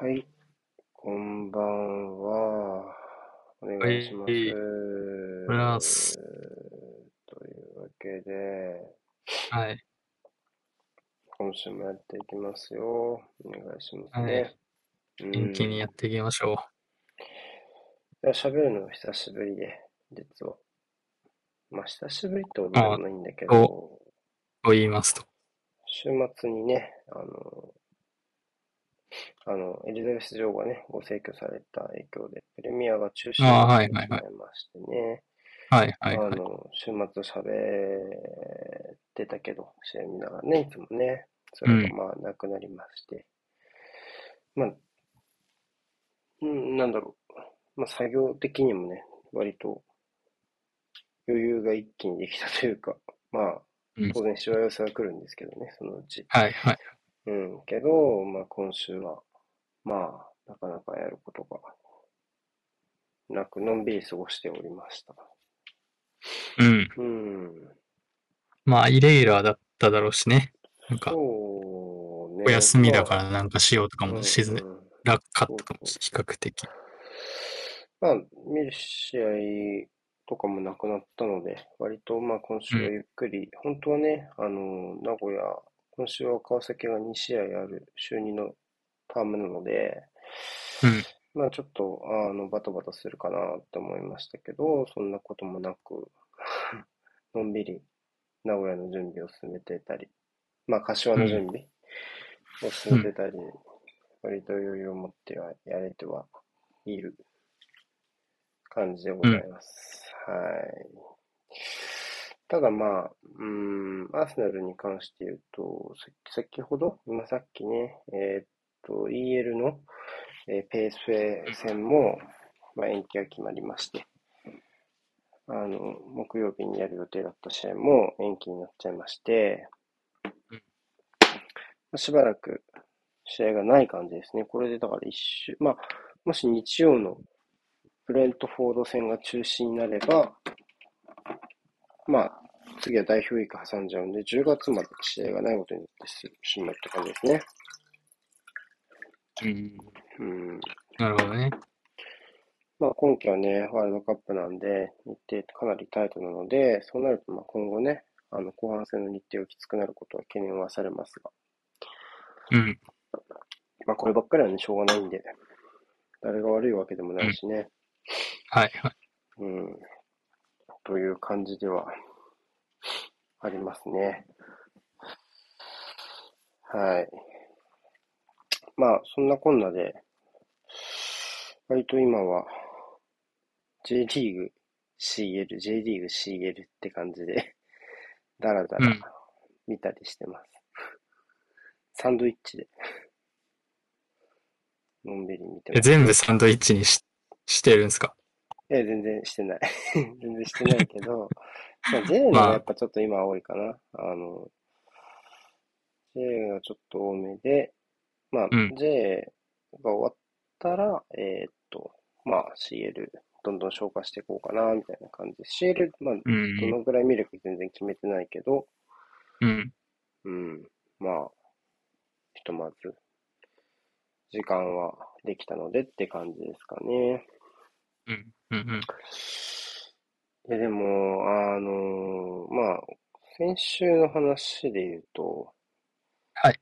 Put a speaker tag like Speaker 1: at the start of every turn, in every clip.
Speaker 1: はい、こんばんは。お
Speaker 2: は
Speaker 1: 願いし
Speaker 2: い、
Speaker 1: ます。
Speaker 2: お願いします。
Speaker 1: というわけで、
Speaker 2: はい、
Speaker 1: 今週もやっていきますよ。お願いします
Speaker 2: はい、
Speaker 1: ね。う
Speaker 2: 元気に
Speaker 1: ん。
Speaker 2: やっていきましょう。
Speaker 1: いや、喋るの久しぶりで、実は。まあ、久しぶりってほどでも
Speaker 2: あ、
Speaker 1: ないんだけ
Speaker 2: と、
Speaker 1: ど、
Speaker 2: と言いますと。
Speaker 1: 週末にね、あの、あの、エリザベス女王がね、ご逝去された影響で、プレミアが中止に
Speaker 2: あ
Speaker 1: な
Speaker 2: あ、
Speaker 1: っ
Speaker 2: はい、
Speaker 1: て
Speaker 2: は
Speaker 1: し
Speaker 2: い、は
Speaker 1: ま
Speaker 2: い。
Speaker 1: いましてね、
Speaker 2: はい、は
Speaker 1: あ
Speaker 2: い、はい。
Speaker 1: の、週末喋ってたけど、試合見ながらね、いつもね、そうれが
Speaker 2: ん、
Speaker 1: まあ、なくなりまして、まあ、うん、なんだろう、まあ、作業的にもね、割と余裕が一気にできたというか、まあ、
Speaker 2: うん。
Speaker 1: 当然、しわ寄せは来るんですけどね、そのうち。
Speaker 2: はい、はい。
Speaker 1: うん、けど、まあ、今週は、まあ、なかなかやることがなく、のんびり過ごしておりました。
Speaker 2: うん。
Speaker 1: うん、
Speaker 2: まあ、イレギュラーだっただろうしね。なんか、
Speaker 1: そう
Speaker 2: お
Speaker 1: ね、
Speaker 2: 休み
Speaker 1: ま
Speaker 2: だ
Speaker 1: あ、
Speaker 2: からなんかしようとか
Speaker 1: う
Speaker 2: も
Speaker 1: ん
Speaker 2: しず、
Speaker 1: うん、
Speaker 2: 楽かっ
Speaker 1: そう
Speaker 2: たかも
Speaker 1: そう
Speaker 2: し
Speaker 1: そ
Speaker 2: れない、比較的。
Speaker 1: う。まあ、見る試合とかもなくなったので、割とまあ今
Speaker 2: う
Speaker 1: 週は
Speaker 2: ん、
Speaker 1: ゆっくり、本当はね、あの、名古屋、今週は川崎が2試合ある週2のタームなので、
Speaker 2: うん、
Speaker 1: まあちょっと、あの、バタバタするかなって思いましたけど、そんなこともなく、 のんびり名古屋の準備を進めてたり、まあ柏
Speaker 2: う
Speaker 1: の
Speaker 2: ん、
Speaker 1: 準備を進
Speaker 2: う
Speaker 1: め
Speaker 2: ん。
Speaker 1: てたり、割と余裕を持ってはやれてはいる感じでご
Speaker 2: う
Speaker 1: ざ
Speaker 2: ん
Speaker 1: います。はい。ただまあ、うーん、アーセナルに関して言うと、さ先ほど、今さっきね、えーっと、EL の、えー PSV 戦も、まあ、延期が決まりまして、あの、木曜日にやる予定だった試合も延期になっちゃいまして、
Speaker 2: うん
Speaker 1: しばらく試合がない感じですね。これでだから一週、まあ、もし日曜のブレントフォード戦が中止になれば、まあ、次は代表ウィーク挟んじゃうんで、10月まで試合がないことになってしまうって感じですね。
Speaker 2: うん
Speaker 1: うん。
Speaker 2: なるほどね。
Speaker 1: まあ、今季はね、ワールドカップなんで、日程かなりタイトなので、そうなると、まあ、今後ね、あの、後半戦の日程がきつくなることは懸念はされますが、
Speaker 2: うん、
Speaker 1: まあ、こればっかりはね、しょうがないんで、誰が悪いわけでもな
Speaker 2: う
Speaker 1: い
Speaker 2: ん。
Speaker 1: しね。
Speaker 2: はい、はい。
Speaker 1: うん。という感じではありますね。はい。まあ、そんなこんなで、割と今は J リーグ、CL、J リーグ、CL って感じで、だらだ
Speaker 2: う
Speaker 1: ら
Speaker 2: ん。
Speaker 1: 見たりしてます。サンドイッチで、のんびり見て
Speaker 2: え、
Speaker 1: ます。
Speaker 2: 全部サンドイッチにし、してるんですか
Speaker 1: え、全然してない。 全然してないけど、まあ、J のがや
Speaker 2: ま
Speaker 1: っぱちょっと今多いかな。あの、J がちょっと多めで、まあ、
Speaker 2: あ、うん、
Speaker 1: J が終わったら、えーっと、まあ、CL、どんどん消化していこうかな、みたいな感じ。CL、まあ、
Speaker 2: う
Speaker 1: ど
Speaker 2: ん、
Speaker 1: のぐらい見るか全然決めてないけど、
Speaker 2: うん。
Speaker 1: うん、まあ、ひとまず、時間はできたのでって感じですかね。
Speaker 2: うん、うん、うん。
Speaker 1: いや、でも、あのーまあ、先週の話で言うと、
Speaker 2: はい。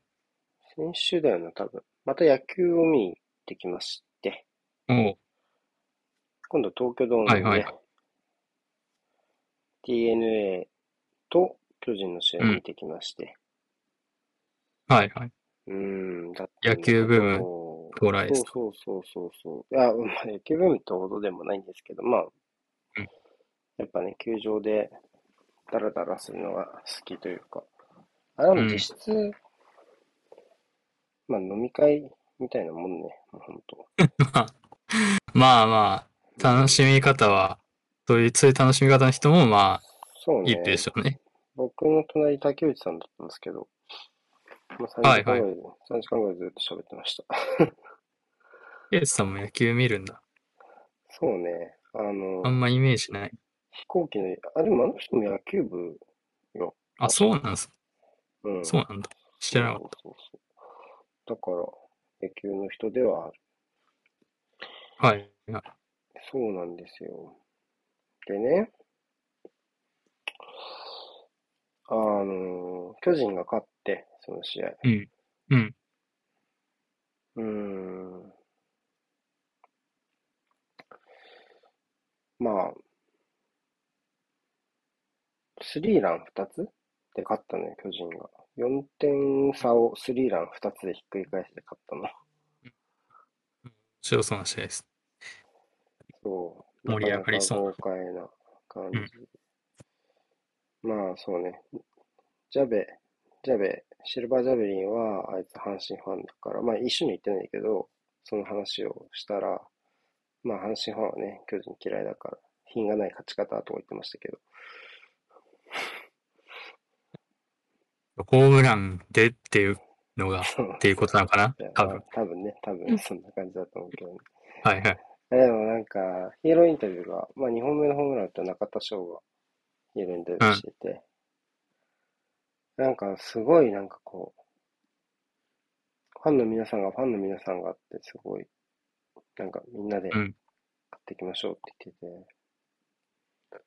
Speaker 1: 先週だよな、多分。また野球を見に行ってきまして、
Speaker 2: おう。
Speaker 1: 今度東京ドー
Speaker 2: は
Speaker 1: ム
Speaker 2: い、
Speaker 1: で
Speaker 2: はい。
Speaker 1: ね、DNA と巨人の試合を
Speaker 2: う
Speaker 1: 見
Speaker 2: ん。
Speaker 1: てきまして、
Speaker 2: はい、はい。
Speaker 1: うーん、だった
Speaker 2: 野
Speaker 1: んだ
Speaker 2: 球
Speaker 1: け
Speaker 2: ブーム
Speaker 1: ど、
Speaker 2: 到来で
Speaker 1: そう
Speaker 2: すか。
Speaker 1: そうそうそうそう、いや、まあ、野球ブームってほどでもないんですけど、まあ、
Speaker 2: うん、
Speaker 1: やっぱね、球場でダラダラするのが好きというか、あれは
Speaker 2: う
Speaker 1: もう実
Speaker 2: ん。
Speaker 1: 質、まあ飲み会みたいなもんね、もうほんと。
Speaker 2: まあま
Speaker 1: う
Speaker 2: あ、楽
Speaker 1: ん、
Speaker 2: しみ方は、そういう、そういう楽しみ方の人もまあ、
Speaker 1: そう
Speaker 2: いるで
Speaker 1: ね。
Speaker 2: しょうね。
Speaker 1: 僕の隣、竹内さんだったんですけど、もう3
Speaker 2: は
Speaker 1: 時間ぐ
Speaker 2: いはい。
Speaker 1: らい、3時間ぐらいずっと喋ってました。
Speaker 2: ケイスさんも野球見るんだ。
Speaker 1: そうね、あ
Speaker 2: あん
Speaker 1: の、
Speaker 2: まイメージない。
Speaker 1: 飛行機の、あ、でもあの人も野球部よ、
Speaker 2: あ、
Speaker 1: 確
Speaker 2: そう
Speaker 1: か。
Speaker 2: なんです。
Speaker 1: うん、
Speaker 2: そうなんだ。知
Speaker 1: そう
Speaker 2: らなかっ
Speaker 1: そうそうそう。だから、野球の人ではある。
Speaker 2: はい。はい
Speaker 1: そうなんですよ。でね、あの、巨人が勝って、その試合。
Speaker 2: うん。うん。
Speaker 1: うーん。まあ、スリーラン2つで勝ったね、巨人が。4点差をスリーラン2つでひっくり返して勝ったの。
Speaker 2: 白そうな試合です。
Speaker 1: そう。
Speaker 2: 盛り上がりそう
Speaker 1: なかなか豪快な感じ。まあ、そうね。ジャベ、ジャベ、シルバージャベリンは、あいつ阪神ファンだから、まあ一緒に行ってないけど、その話をしたら、まあ阪神ファンはね、巨人嫌いだから、品がない勝ち方とか言ってましたけど、
Speaker 2: ホームランでっていうの が、っていうことなのかない
Speaker 1: や
Speaker 2: 多
Speaker 1: ま
Speaker 2: 分。
Speaker 1: あ多分ね、多分そんな感じだと思うけどね。
Speaker 2: はいはい。
Speaker 1: あでもなんか、ヒーローインタビューが、まあ2本目のホームラン打った中田翔がヒーローインタビューしてて、なんかすごいなんかこう、ファンの皆さんが、ファンの皆さんがってすごい、なんかみんなで
Speaker 2: うん
Speaker 1: 買っていきましょうって言ってて、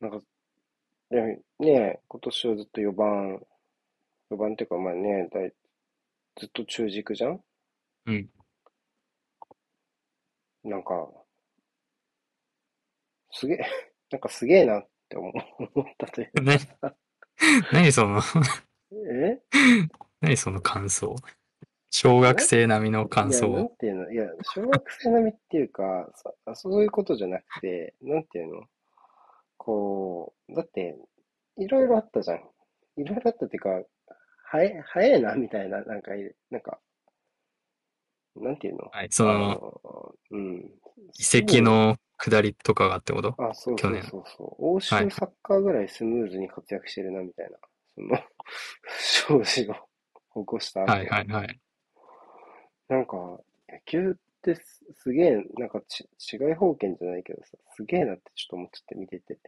Speaker 1: なんか、でもね、今年はずっと4番、4番っていうかまあね、だいずっと中軸じゃん
Speaker 2: うん。
Speaker 1: なんか、すげえ、 なんかすげえなって思う 思ったという
Speaker 2: ね。何その、
Speaker 1: え
Speaker 2: 何その感想。小学生並みの感
Speaker 1: いや、な
Speaker 2: 想。
Speaker 1: んていうのいや、小学生並みっていうか、そあそういうことじゃなくて、なんていうのこう、だって、いろいろあったじゃん。いろいろあったっていうか、はえ、早えな、みたいな、なんか、いなんか、なんていうの
Speaker 2: はい。その、
Speaker 1: あのうん。
Speaker 2: 遺跡の下りとかがってこと
Speaker 1: あ、そうそ
Speaker 2: 去
Speaker 1: う
Speaker 2: 年
Speaker 1: そうそう。欧州
Speaker 2: はい
Speaker 1: サッカーぐらいスムーズに活躍してるな、みたいな。その、 不祥事を起こした後。
Speaker 2: はいはいはい。
Speaker 1: なんか、野球ってす、すげえ、なんかち、違い方権じゃないけどさ、すげえなってちょっと思っちゃって見てて。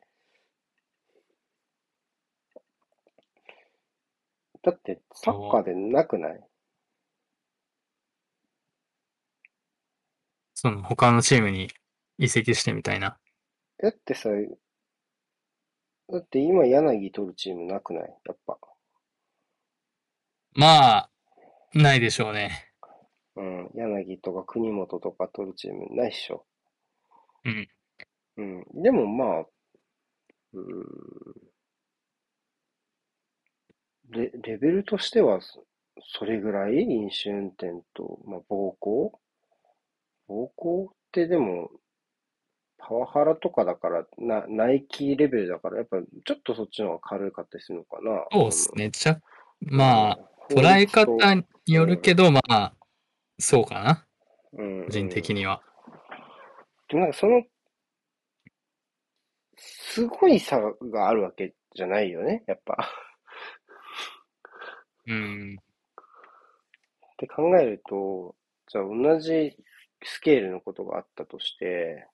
Speaker 1: だって、サッカーでなくない
Speaker 2: その、他のチームに移籍してみたいな。
Speaker 1: だってさ、だって今柳取るチームなくないやっぱ。
Speaker 2: まあ、ないでしょうね。
Speaker 1: うん、柳とか国本とか取るチームないっしょ。
Speaker 2: うん。
Speaker 1: うん、でもまあ、うーん、レ、レベルとしてはそ、それぐらい飲酒運転と、まあ、暴行暴行ってでも、パワハラとかだから、な、ナイキレベルだから、やっぱちょっとそっちの方が軽かったりするのかな。
Speaker 2: そうですね。ちゃ、
Speaker 1: あの。
Speaker 2: まあ、
Speaker 1: うん
Speaker 2: 捉え
Speaker 1: 法律と
Speaker 2: 方によるけど、まあ、そうかな。
Speaker 1: うん、
Speaker 2: 個
Speaker 1: う
Speaker 2: 人
Speaker 1: ん
Speaker 2: 的には。
Speaker 1: でもなんかその、すごい差があるわけじゃないよね、やっぱ。
Speaker 2: うん。
Speaker 1: って考えると、じゃあ同じスケールのことがあったとして、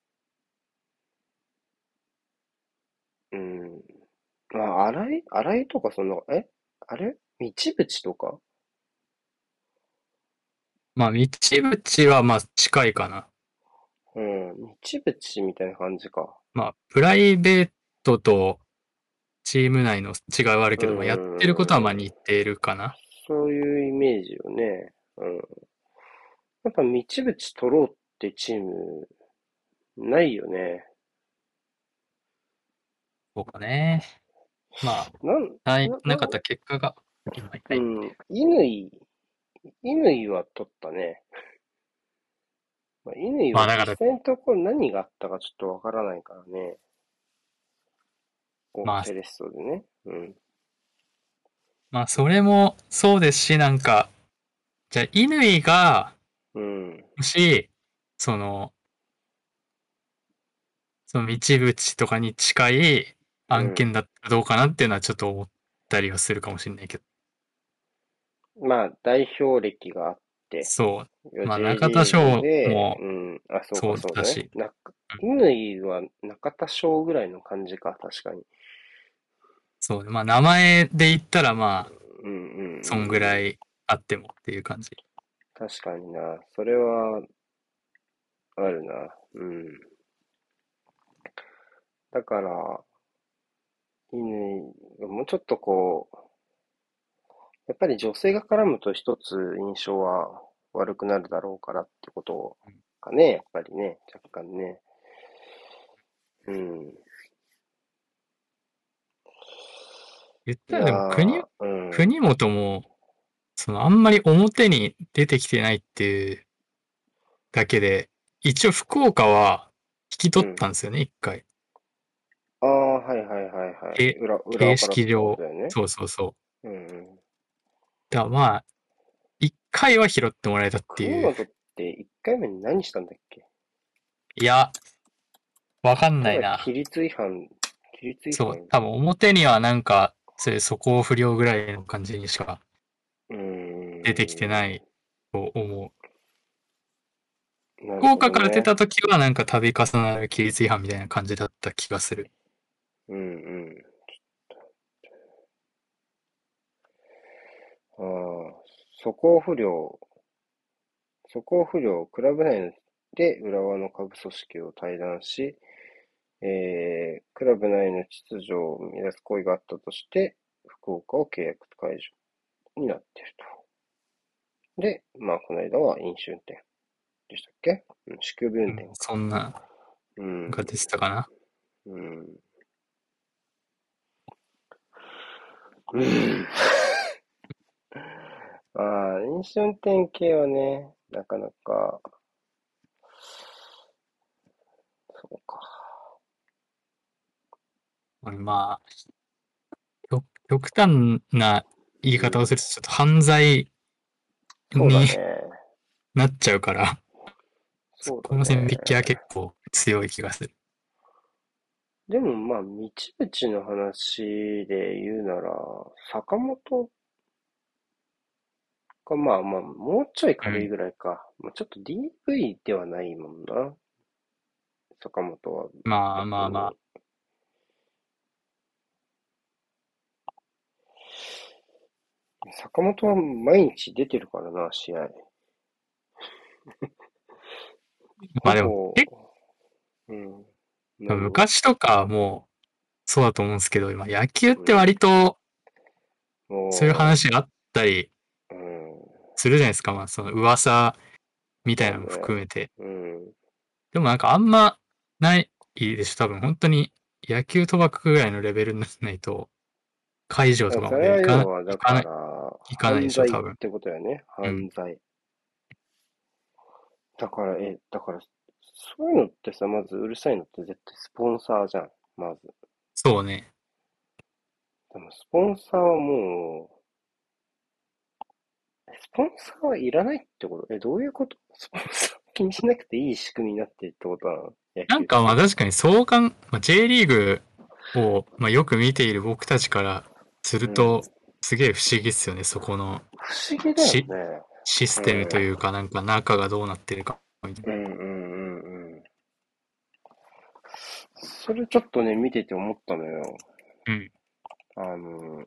Speaker 1: うん、まあ、荒井、荒井とかその、えあれ道淵とか
Speaker 2: まあ、道淵は、まあ、近いかな。
Speaker 1: うん、道淵みたいな感じか。
Speaker 2: まあ、プライベートとチーム内の違いはあるけど
Speaker 1: う
Speaker 2: も、
Speaker 1: ん
Speaker 2: やってることはまあ似てるかな。
Speaker 1: そういうイメージよね。うん。やっぱ道淵取ろうってチーム、ないよね。
Speaker 2: そうかね。まあ、
Speaker 1: なん、
Speaker 2: ない
Speaker 1: な、
Speaker 2: なかった結果が。はいは
Speaker 1: う
Speaker 2: い。
Speaker 1: ん、乾、乾は取ったね。まあ、乾
Speaker 2: まあ
Speaker 1: は
Speaker 2: だから
Speaker 1: 実際のところ何があったかちょっとわからないからね。こう
Speaker 2: まあ
Speaker 1: セレッソでね。うん。
Speaker 2: まあ、それもそうですし、なんか、じゃあ、乾が、
Speaker 1: うん。
Speaker 2: もし、その、その道淵とかに近い案件だったらどうかなっていうのはちょっと思ったりはするかもしれないけど。
Speaker 1: まあ、代表歴があって、
Speaker 2: そう。まあ
Speaker 1: J
Speaker 2: 中田翔
Speaker 1: リーグで
Speaker 2: も
Speaker 1: うん、あ、そうか、そう
Speaker 2: そ
Speaker 1: うだ
Speaker 2: だ
Speaker 1: ね
Speaker 2: し。
Speaker 1: な乾は中田翔ぐらいの感じか、確かに。
Speaker 2: そう。まあ、名前で言ったらまあ、
Speaker 1: うんうんうん。
Speaker 2: そんぐらいあってもっていう感じ。
Speaker 1: 確かにな。それは、あるな。うん。だから、乾、もうちょっとこう、やっぱり女性が絡むと一つ印象は悪くなるだろうからってことかね、やっぱりね、若干ね。うん。
Speaker 2: 言ったらでも国
Speaker 1: いや、ー、うん。
Speaker 2: 国本も、そのあんまり表に出てきてないっていうだけで、一応福岡は引き取ったんですよね、一、回。
Speaker 1: ああ、はいはいはいはい。
Speaker 2: け
Speaker 1: 裏、裏
Speaker 2: 形式上
Speaker 1: だよね。
Speaker 2: そうそうそう。
Speaker 1: うんうん。
Speaker 2: だからまあ、一回は拾ってもらえたって
Speaker 1: 国
Speaker 2: い
Speaker 1: 本っ
Speaker 2: う。
Speaker 1: て1回目に何したんだっけ
Speaker 2: いや、わかん
Speaker 1: た
Speaker 2: ない
Speaker 1: だ
Speaker 2: な。
Speaker 1: 規律違反、規律違
Speaker 2: そう
Speaker 1: 反。、
Speaker 2: 多分表にはなんか、それそこを不良ぐらいの感じにしか
Speaker 1: うーん。
Speaker 2: 出てきてないと思う。
Speaker 1: なる
Speaker 2: 福
Speaker 1: ほ
Speaker 2: 岡
Speaker 1: ど
Speaker 2: から出
Speaker 1: ね。
Speaker 2: た時はなんか度重なる規律違反みたいな感じだった気がする。
Speaker 1: うんうん。ああ、素行不良、素行不良、クラブ内で浦和の下部組織を退団し、えー、クラブ内の秩序を乱す行為があったとして、福岡を契約解除になっていると。で、まあ、この間は飲酒運転でしたっけうん、酒気帯び
Speaker 2: う
Speaker 1: 運
Speaker 2: ん
Speaker 1: 転か。
Speaker 2: そんな
Speaker 1: う
Speaker 2: の
Speaker 1: ん、
Speaker 2: が出てたかな。
Speaker 1: うん、うん。ああ、飲酒運転系はね、なかなか、そうか。
Speaker 2: まあ、極極端な言い方をするとちょっと犯罪
Speaker 1: そうだ
Speaker 2: に
Speaker 1: ね。
Speaker 2: なっちゃうから、そ
Speaker 1: そう
Speaker 2: こ
Speaker 1: だ
Speaker 2: の線
Speaker 1: ね。
Speaker 2: 引きは結構強い気がする。
Speaker 1: でもまあ、道淵の話で言うなら、坂本がまあまあ、もうちょいう軽い
Speaker 2: ん。
Speaker 1: ぐらいか。まあ、ちょっと DV ではないもんな。坂本は
Speaker 2: まあ
Speaker 1: 別
Speaker 2: まあま
Speaker 1: に。
Speaker 2: あ。
Speaker 1: 坂本は毎日出てるからな、試合。ほ
Speaker 2: まあでも
Speaker 1: ぼ、
Speaker 2: 結
Speaker 1: うん、
Speaker 2: 構
Speaker 1: 何
Speaker 2: 昔とかはもうそうだと思うんですけど、今野球っ
Speaker 1: う
Speaker 2: て
Speaker 1: ん。
Speaker 2: 割とそういう
Speaker 1: も
Speaker 2: 話があったり
Speaker 1: う、うん、
Speaker 2: するじゃないですか。まあその噂みたい
Speaker 1: そ
Speaker 2: な
Speaker 1: う
Speaker 2: のも
Speaker 1: ね。
Speaker 2: 含めて。
Speaker 1: うん。
Speaker 2: でもなんかあんまないでしょ。多分本当に野球賭博ぐらいのレベルにならないと解除
Speaker 1: だ
Speaker 2: と
Speaker 1: から
Speaker 2: か
Speaker 1: そ
Speaker 2: ま
Speaker 1: れはい要は、
Speaker 2: でかない、い
Speaker 1: だ
Speaker 2: かな
Speaker 1: か
Speaker 2: い、
Speaker 1: ら、
Speaker 2: いかないで
Speaker 1: 犯
Speaker 2: しょ、
Speaker 1: 罪っ
Speaker 2: 多分。
Speaker 1: てことやね。
Speaker 2: うん。
Speaker 1: 犯罪。だから、え、だから、そういうのってさ、まずうるさいのって絶対スポンサーじゃん。まず。
Speaker 2: そうね。
Speaker 1: でも、スポンサーはもう、スポンサーはいらないってことえ、どういうこと スポンサー気にしなくていい仕組みになってるってことなの野
Speaker 2: な
Speaker 1: 球
Speaker 2: ん
Speaker 1: っ
Speaker 2: かまあ
Speaker 1: て。
Speaker 2: 確かに相関、まあ、J リーグを、まあ、よく見ている僕たちからす
Speaker 1: う
Speaker 2: る
Speaker 1: ん。
Speaker 2: とすげえ不思議っすよね。そこの
Speaker 1: 不思議だよ
Speaker 2: シ、
Speaker 1: ね。
Speaker 2: シス
Speaker 1: う
Speaker 2: テムと
Speaker 1: ん。
Speaker 2: いうかなんか中がどうなってるかみたい
Speaker 1: うんうんうんうん。それちょっとね、見てて思ったのよ。
Speaker 2: な。うん。
Speaker 1: あの、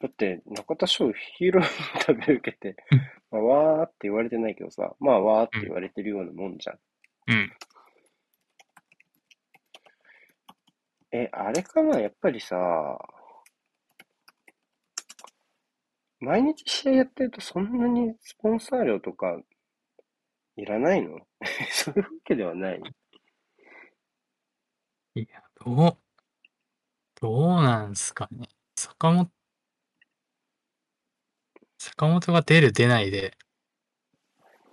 Speaker 1: だって、中田翔ヒーローインタビュー受け て、
Speaker 2: うん。
Speaker 1: まあ、わーって言われてないけどさ、まあわーって
Speaker 2: う
Speaker 1: 言
Speaker 2: ん。
Speaker 1: われてるようなもんじゃん。
Speaker 2: うん
Speaker 1: え、あれかなやっぱりさ、毎日試合やってるとそんなにスポンサー料とかいらないの そういうわけではない。
Speaker 2: いや、どう、どうなんすかね。坂本、坂本が出る出ないで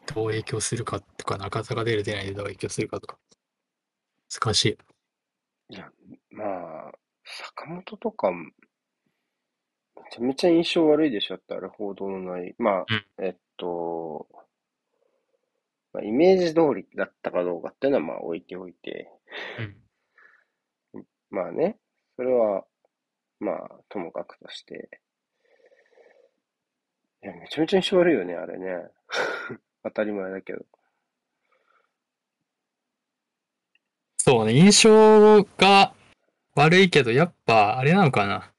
Speaker 2: どう影響するかとか、中田が出る出ないでどう影響するかとか、難しい。
Speaker 1: いや、まあ、坂本とか、めちゃめちゃ印象悪いでしょだって、あれ報道のない。まあ、
Speaker 2: うん。
Speaker 1: えっと、まあ、イメージ通りだったかどうかっていうのはまあ置いておいて、
Speaker 2: うん。
Speaker 1: まあね、それはまあともかくとして、いや、めちゃめちゃ印象悪いよね、あれね。 当たり前だけど。
Speaker 2: そうね、印象が悪いけど、やっぱ、あれなのかな。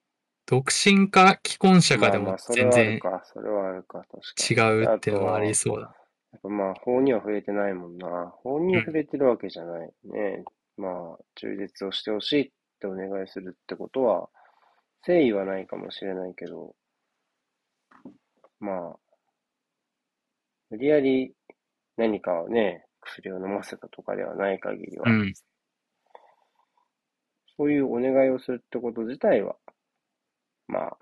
Speaker 2: 独身か既婚者かで
Speaker 1: まあま
Speaker 2: も
Speaker 1: あ、それ
Speaker 2: 全
Speaker 1: はある
Speaker 2: 然
Speaker 1: か、それはあるか、
Speaker 2: 違
Speaker 1: 確かに。
Speaker 2: うっていうのもあり
Speaker 1: う。
Speaker 2: そうだ。
Speaker 1: やっぱまあ、法には触れてないもんな。法に
Speaker 2: う
Speaker 1: は
Speaker 2: ん。
Speaker 1: 触れてるわけじゃないね。まあ、中絶をしてほしいってお願いするってことは、誠意はないかもしれないけど、まあ、無理やり何かをね、薬を飲ませたとかではない限り
Speaker 2: う
Speaker 1: は、
Speaker 2: ん。
Speaker 1: そういうお願いをするってこと自体は、まあ、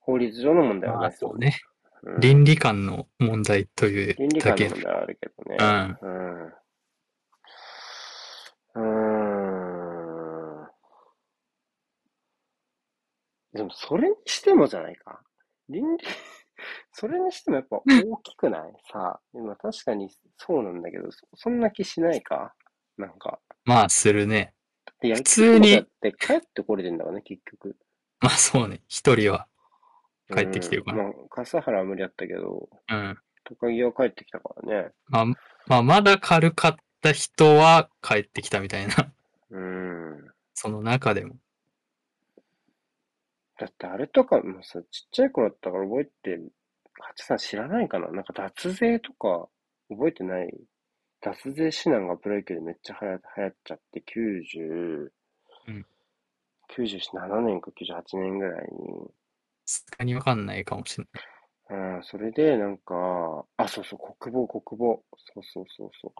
Speaker 1: 法律上の問題は
Speaker 2: まあ
Speaker 1: ないそ
Speaker 2: そうね。
Speaker 1: う。うん。
Speaker 2: 倫理観の問題という
Speaker 1: 倫理
Speaker 2: だ
Speaker 1: 観の
Speaker 2: けの。
Speaker 1: 問題はあるけど
Speaker 2: う
Speaker 1: ね。
Speaker 2: ん。
Speaker 1: うん。うーん。でも、それにしてもじゃないか。倫理、 それにしてもやっぱ大きくないさあ。でも確かにそうなんだけど、そそんな気しないかなんか。
Speaker 2: まあするね。
Speaker 1: だって
Speaker 2: 普
Speaker 1: 薬局
Speaker 2: 通
Speaker 1: までやっ
Speaker 2: に、
Speaker 1: て帰ってこれてんだからね、結局。
Speaker 2: まあそうね。一人は
Speaker 1: う
Speaker 2: 帰ってきてる
Speaker 1: ん。
Speaker 2: か
Speaker 1: まあ、笠原は無理だったけど、
Speaker 2: ら。うん。
Speaker 1: トカゲは帰ってきたからね。
Speaker 2: まあ、まあまだ軽かった人は帰ってきたみたいな。
Speaker 1: うん。
Speaker 2: その中でも。
Speaker 1: だってあれとかもさ、ちっちゃい頃だったから覚えてる。ハチさん知らないかななんか脱税とか覚えてない脱税指南がプロ野球でめっちゃ流行流行っちゃって90、
Speaker 2: うん。
Speaker 1: 97年か98年ぐらいに。
Speaker 2: さすがにわかんないかもしれない。
Speaker 1: うん、それでなんか、あ、そうそう、国防、国防。そうそうそうそう。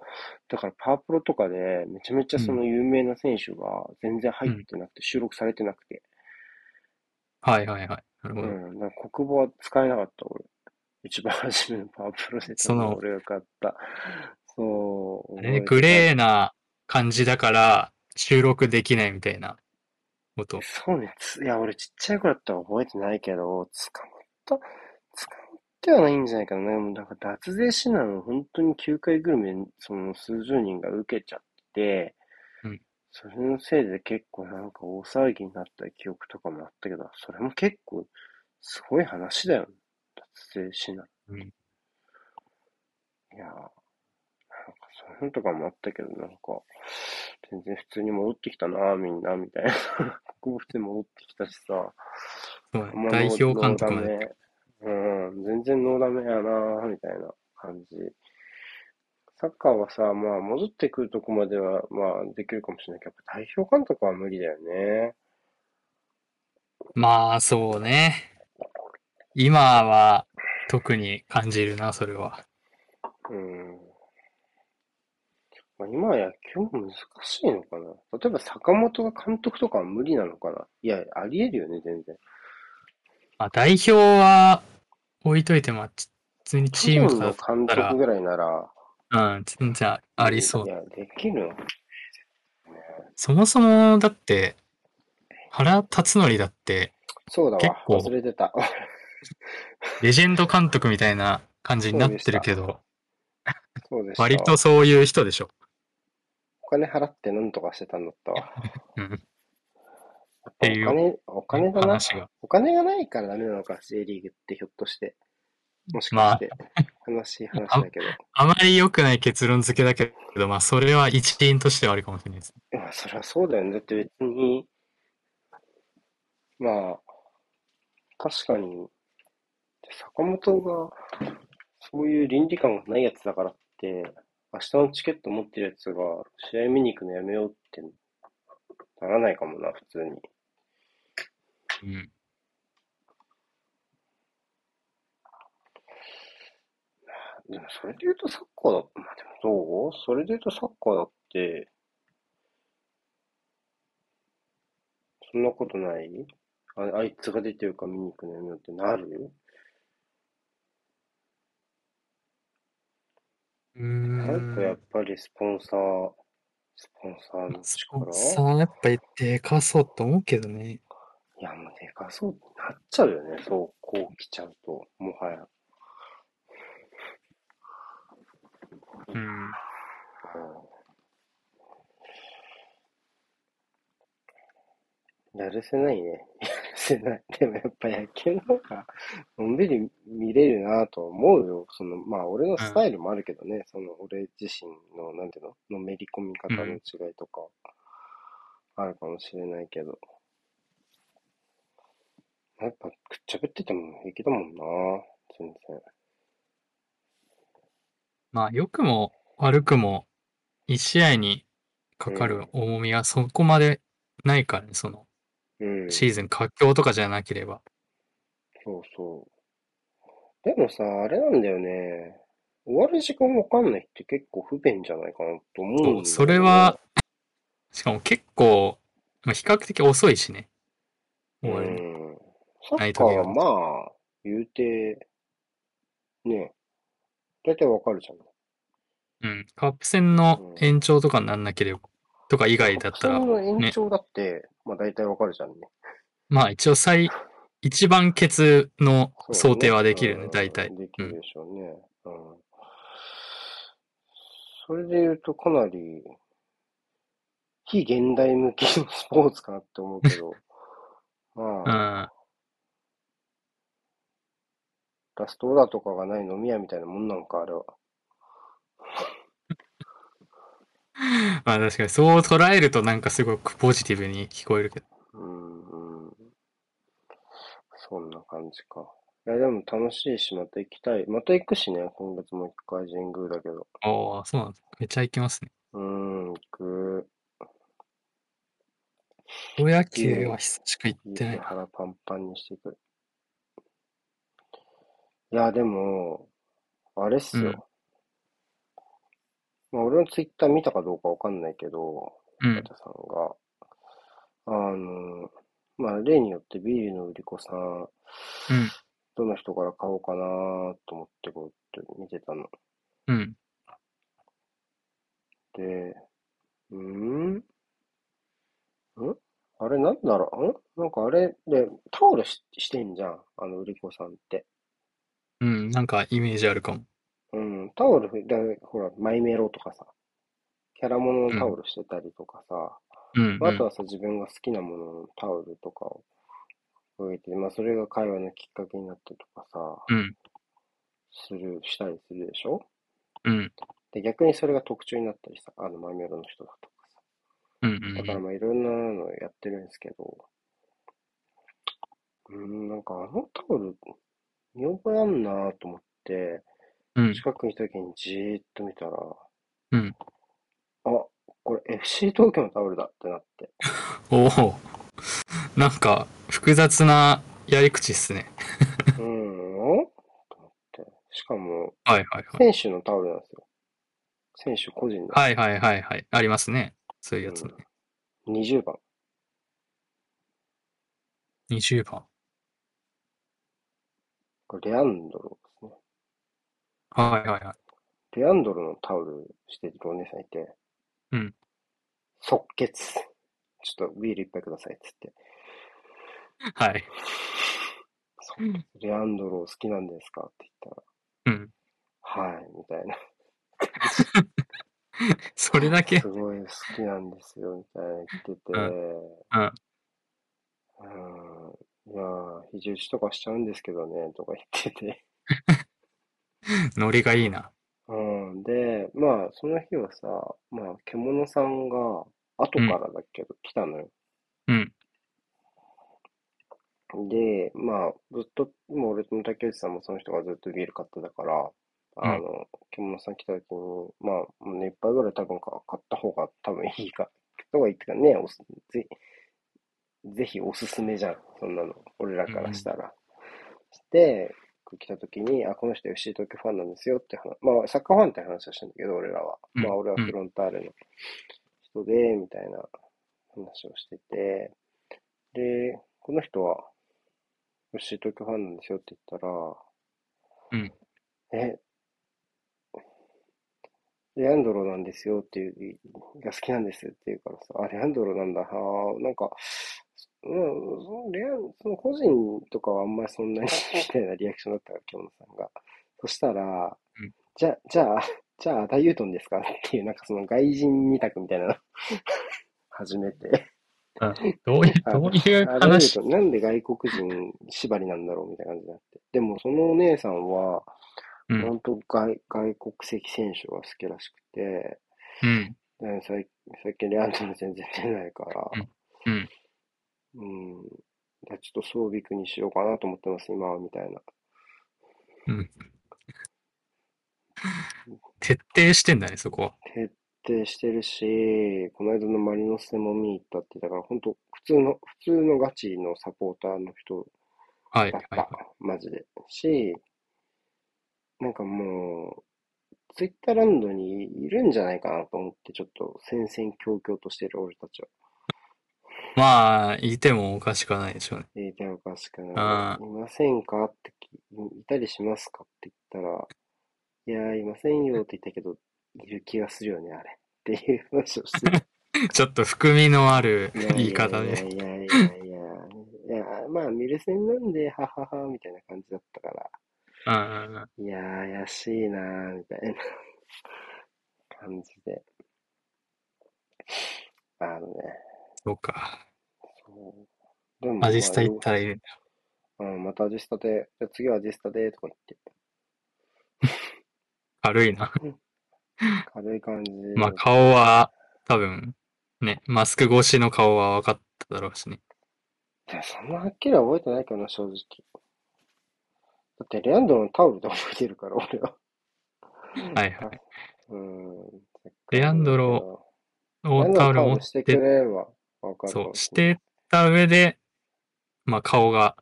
Speaker 1: だからパワプロとかでめちゃめちゃ
Speaker 2: う
Speaker 1: そ
Speaker 2: ん。
Speaker 1: の有名な選手が全然入
Speaker 2: う
Speaker 1: っ
Speaker 2: ん。
Speaker 1: てなくて、収録されてなくて。
Speaker 2: はいはいはい。なるほ
Speaker 1: う
Speaker 2: ど。
Speaker 1: ん、なんか国防は使えなかった、俺。一番初めのパワープロで多
Speaker 2: そ
Speaker 1: 分
Speaker 2: の、
Speaker 1: 俺が買った。そ
Speaker 2: あ
Speaker 1: う、
Speaker 2: れね、
Speaker 1: 覚えて
Speaker 2: グ
Speaker 1: た。
Speaker 2: レーな感じだから収録できないみたいなこと。
Speaker 1: そうね、つ、いや、俺ちっちゃい頃だったら覚えてないけど、捕まった、捕まってはないんじゃないかな。もうなんか脱税指南を本当に9回ぐるみで、その数十人が受けちゃって、
Speaker 2: うん。
Speaker 1: それのせいで結構なんか大騒ぎになった記憶とかもあったけど、それも結構すごい話だよね。脱税指南。
Speaker 2: うん。
Speaker 1: いやー。なんかそういうのとかもあったけど、なんか、全然普通に戻ってきたな、みんな、みたいな。国語普通に戻ってきたしさ、
Speaker 2: そうね。
Speaker 1: あんま
Speaker 2: 代
Speaker 1: ノー、ノ
Speaker 2: 表監
Speaker 1: ーダ
Speaker 2: 督まで。
Speaker 1: メ、うん、全然ノーダメやな、みたいな感じ。サッカーはさ、まあ戻ってくるとこまでは、まあできるかもしれないけど、やっぱ代表監督は無理だよね。
Speaker 2: まあそうね。今は特に感じるな、それは。
Speaker 1: うん。まあ、今は野球も難しいのかな。例えば坂本が監督とかは無理なのかな。いや、ありえるよね、全然。
Speaker 2: まあ代表は置いといても、まあち普通に
Speaker 1: 巨
Speaker 2: チームと
Speaker 1: 人
Speaker 2: かだ
Speaker 1: の監
Speaker 2: った
Speaker 1: 督
Speaker 2: ら、
Speaker 1: ぐらいなら、
Speaker 2: うん、全然あり
Speaker 1: うん
Speaker 2: そ。
Speaker 1: いうや、できるのね。
Speaker 2: そもそも、だって、原辰徳だって、
Speaker 1: そうだ
Speaker 2: 結
Speaker 1: わ、忘
Speaker 2: 構、
Speaker 1: れてた。
Speaker 2: レジェンド監督みたいな感じに
Speaker 1: そう
Speaker 2: なっ
Speaker 1: でして
Speaker 2: る
Speaker 1: た。
Speaker 2: けど、
Speaker 1: そうでした
Speaker 2: 割と
Speaker 1: わ。
Speaker 2: そういう人でしょ。
Speaker 1: お金払って何とかしてたんだったわ。
Speaker 2: うん。っ
Speaker 1: やっぱ
Speaker 2: て
Speaker 1: お
Speaker 2: いう
Speaker 1: 金、お金だな。
Speaker 2: 話が。
Speaker 1: お金がないからダメなのか、J リーグってひょっとして。もしかし
Speaker 2: ま
Speaker 1: て。悲しい話
Speaker 2: あ、
Speaker 1: だけど。
Speaker 2: あ、あまり良くない結論付けだけど、まあ、それは一因としてはあるかもしれないです。
Speaker 1: まあ、そりゃそうだよね。だって別に、まあ、確かに、坂本が、そういう倫理観がないやつだからって、明日のチケット持ってるやつが、試合見に行くのやめようってならないかもな、普通に。
Speaker 2: うん。
Speaker 1: でも、それで言うとサッカーだ、まあでもどうそれで言うとサッカーだって、そんなことないあ、あいつが出てるから見に行くのやめようってなる
Speaker 2: う
Speaker 1: なると
Speaker 2: ー
Speaker 1: やっ
Speaker 2: ん。
Speaker 1: ぱりスポンサー、スポンサー
Speaker 2: まあ、
Speaker 1: の
Speaker 2: スポン
Speaker 1: 力
Speaker 2: サーやっぱりでかそうと思うけどね。
Speaker 1: いや、もうでかそうってなっちゃうよね。そう、こう来ちゃうと、もはや。う
Speaker 2: うん。
Speaker 1: んやるせないね。 やるせない。でもやっぱ野球の方が、のんびり見れるなとは思うよ。その、まあ俺の
Speaker 2: う
Speaker 1: ス
Speaker 2: ん。
Speaker 1: タイルもあるけどね。その俺自身の、なんていうののめり込み
Speaker 2: う
Speaker 1: 方の
Speaker 2: ん。
Speaker 1: 違いとかあるかもしれないけど。やっぱくっちゃべってても平気だもんな。全然。
Speaker 2: まあ、良くも悪くも、一試合にかかる重みはそこまでないからね、その、
Speaker 1: うん。
Speaker 2: シーズン佳境とかじゃなければ。
Speaker 1: そうそう。でもさ、あれなんだよね。終わる時間わかんないって結構不便じゃないかなと思うんだよね
Speaker 2: そうそれは、しかも結構、まあ、比較的遅いしね。終わりの
Speaker 1: うん。サ
Speaker 2: ナ
Speaker 1: ッ
Speaker 2: イ
Speaker 1: カー
Speaker 2: トゲー
Speaker 1: は
Speaker 2: ム
Speaker 1: まあ、言うて、ね、大体わかるじゃん。
Speaker 2: うん。カップ戦の延長とかになんなければ、とか以外だったら
Speaker 1: そ、の延
Speaker 2: ね、
Speaker 1: 長だって、まあ大体わかるじゃんね。
Speaker 2: まあ一応最、一番ケツの
Speaker 1: そうだね
Speaker 2: 想定はできるよね、大
Speaker 1: う
Speaker 2: 体
Speaker 1: ん。でき
Speaker 2: う
Speaker 1: る
Speaker 2: ん。
Speaker 1: でしょうね。うん。それで言うとかなり、非現代向きのスポーツかなって思うけ ど、ま
Speaker 2: う
Speaker 1: あ、
Speaker 2: ん。
Speaker 1: ラストオーダーとかがない飲み屋みたいなもんなんか、あれは。
Speaker 2: まあ確かにそう捉えるとなんかすごくポジティブに聞こえるけど。
Speaker 1: うん、うん。そんな感じか。いや、でも楽しいし、また行きたい。また行くしね、今月も一回神宮だけど。
Speaker 2: ああ、そうなんです。めっちゃいきますね。
Speaker 1: うん、行く。
Speaker 2: プロ野球は久しく行ってない
Speaker 1: 家
Speaker 2: な。
Speaker 1: 腹パンパンにしてくる。いや、でも、あれっ
Speaker 2: う
Speaker 1: す
Speaker 2: ん。
Speaker 1: よ。まあ、俺のツイッター見たかどうかわかんないけど、
Speaker 2: う
Speaker 1: ガ
Speaker 2: ん。
Speaker 1: チャさんが、あの、まあ、例によってビールの売り子さん、
Speaker 2: うん。
Speaker 1: どの人から買おうかなと思ってこうやって見てたの。
Speaker 2: うん。
Speaker 1: で、うんんあれなんだろうんなんかあれで、タオルし、してんじゃん。あの、売り子さんって。
Speaker 2: うん。なんかイメージあるかも。
Speaker 1: うん、タオルふ、だ、ほら、マイメロとかさ、キャラものの
Speaker 2: う
Speaker 1: タオ
Speaker 2: ん。
Speaker 1: ルしてたりとかさ、
Speaker 2: うん。
Speaker 1: まあ、
Speaker 2: う
Speaker 1: あと
Speaker 2: ん。
Speaker 1: はさ、自分が好きなもののタオルとかを置いて、まあ、それが会話のきっかけになってとかさ、
Speaker 2: うん。
Speaker 1: する、したりするでしょ
Speaker 2: うん。
Speaker 1: で、逆にそれが特徴になったりさ、あの、マイメロの人だとかさ。
Speaker 2: うん。う
Speaker 1: だから
Speaker 2: ん。
Speaker 1: まあ、いろんなのやってるんですけど、うん、なんかあのタオル、見覚えあんなと思って、
Speaker 2: うん。
Speaker 1: 近くにいた時にじーっと見たら、
Speaker 2: うん。
Speaker 1: あ、これ FC 東京のタオルだってなって。
Speaker 2: おお ー。なんか複雑なやり口っすね。
Speaker 1: うん、おと思って。しかも、
Speaker 2: はいはいはい。
Speaker 1: 選手のタオルなんですよ。選手個人の。
Speaker 2: はいはいはいはい。ありますね。そういうやつね。
Speaker 1: うん。20番。
Speaker 2: 20番。
Speaker 1: これレアンドロですね。
Speaker 2: はいはいはい。
Speaker 1: レアンドロのタオルしてるお姉さんいて、
Speaker 2: うん。
Speaker 1: 即決。ちょっとビール一杯くださいっつって。
Speaker 2: はい。
Speaker 1: 即
Speaker 2: うん。
Speaker 1: 決。レアンドロ好きなんですかって言った
Speaker 2: うん。
Speaker 1: ら、はい、みたいな。
Speaker 2: それだけ
Speaker 1: すごい好きなんですよ、みたいな言ってて、
Speaker 2: うん。うん。
Speaker 1: うん、いやー、肘打ちとかしちゃうんですけどね、とか言ってて。
Speaker 2: ノリがいいな。
Speaker 1: うん、で、まあ、その日はさ、まあ、獣さんが、後
Speaker 2: う
Speaker 1: か
Speaker 2: ん。
Speaker 1: らだけど、来たのよ。
Speaker 2: うん。
Speaker 1: で、まあ、ずっと、もう俺も竹内さんもその人がずっとビール買ってたから、
Speaker 2: う
Speaker 1: あ
Speaker 2: ん。
Speaker 1: の、獣さん来た時に、まあ、もうね、一杯ぐらい多分か買った方が多分いいか、とか言ってたね、おす、ぜ、ぜひおすすめじゃん、そんなの。俺ら
Speaker 2: う
Speaker 1: からし
Speaker 2: ん。
Speaker 1: たら。で、来た時に、あ、この人 FC 東京ファンなんですよって話、まあ、サッカーファンって話をしたんだけど、俺らは。
Speaker 2: う
Speaker 1: まあ、
Speaker 2: ん。
Speaker 1: 俺は
Speaker 2: う
Speaker 1: フ
Speaker 2: ん。
Speaker 1: ロンターレの人で、みたいな話をしてて、で、この人は FC 東京ファンなんですよって言ったら、
Speaker 2: うん。
Speaker 1: え、レアンドロなんですよっていう、が好きなんですって言うからさ、あ、レアンドロなんだ、あーなんか、うん、そのレアン、その個人とかはあんまりそんなに みたいなリアクションだったから、今野さんが。そしたら、
Speaker 2: うん
Speaker 1: じゃ、じゃあ、じゃあ、大ユートンですかっていう、なんかその外人二択みたいなの始めて、
Speaker 2: うんどういう、
Speaker 1: あ、
Speaker 2: ど
Speaker 1: あ、ダイ
Speaker 2: ういう
Speaker 1: エッ
Speaker 2: 話
Speaker 1: ト、なんで外国人縛りなんだろうみたいな感じになって。でも、そのお姉さんは、
Speaker 2: う
Speaker 1: ほ
Speaker 2: ん。
Speaker 1: んと外、外国籍選手が好きらしくて、
Speaker 2: うん。
Speaker 1: うん最、最近レアンドロ全然出ないから、
Speaker 2: うん。うん。
Speaker 1: うん。いやちょっと装備にしようかなと思ってます、今は、みたいな。
Speaker 2: うん。徹底してんだね、そこは。
Speaker 1: 徹底してるし、この間のマリノス戦も見に行ったって、だから本当、普通の、普通のガチのサポーターの人
Speaker 2: はい、
Speaker 1: だ
Speaker 2: は
Speaker 1: っ
Speaker 2: い
Speaker 1: た、
Speaker 2: はい。
Speaker 1: マジで。し、なんかもう、ツイッターランドにいるんじゃないかなと思って、ちょっと戦々恐々としてる俺たちは。
Speaker 2: まあ、いてもおかしくはないでしょうね。
Speaker 1: えー、じゃあおかしく
Speaker 2: あ
Speaker 1: な
Speaker 2: あ
Speaker 1: い。いませんかってき、いたりしますかって言ったら、いやー、いませんよって言ったけど、いる気がするよね、あれ。っていう話をしてて。
Speaker 2: ちょっと含みのある
Speaker 1: いや
Speaker 2: 言い
Speaker 1: いやい
Speaker 2: 方
Speaker 1: や
Speaker 2: で。
Speaker 1: いやいやいや。いや、まあ、見る線なんで、ははは、みたいな感じだったから、
Speaker 2: うんうんうん。
Speaker 1: いやー、怪しいなー、みたいな感じで。あのね、
Speaker 2: そうか。
Speaker 1: そう。でも、
Speaker 2: アジスタ行っ
Speaker 1: ま
Speaker 2: たらいるんだ。
Speaker 1: あ、うん、またアジスタで、じゃあ次はアジスタで、とか言って、
Speaker 2: 軽いな。
Speaker 1: 軽い感じで。
Speaker 2: まあ、顔は、多分、ね、マスク越しの顔は分かっただろうしね。
Speaker 1: いや、そんなはっきりは覚えてないけどな、正直。だって、レアンドロのタオルで覚えてるから、俺は。
Speaker 2: はいはい。
Speaker 1: うん。
Speaker 2: レアンドロお
Speaker 1: レアンドロ
Speaker 2: タオル
Speaker 1: タ
Speaker 2: 持
Speaker 1: オ
Speaker 2: っ
Speaker 1: ルしてく
Speaker 2: て、
Speaker 1: れればわかるか
Speaker 2: そ
Speaker 1: も
Speaker 2: う、
Speaker 1: し
Speaker 2: し
Speaker 1: れない。
Speaker 2: てた上で、まあ、顔が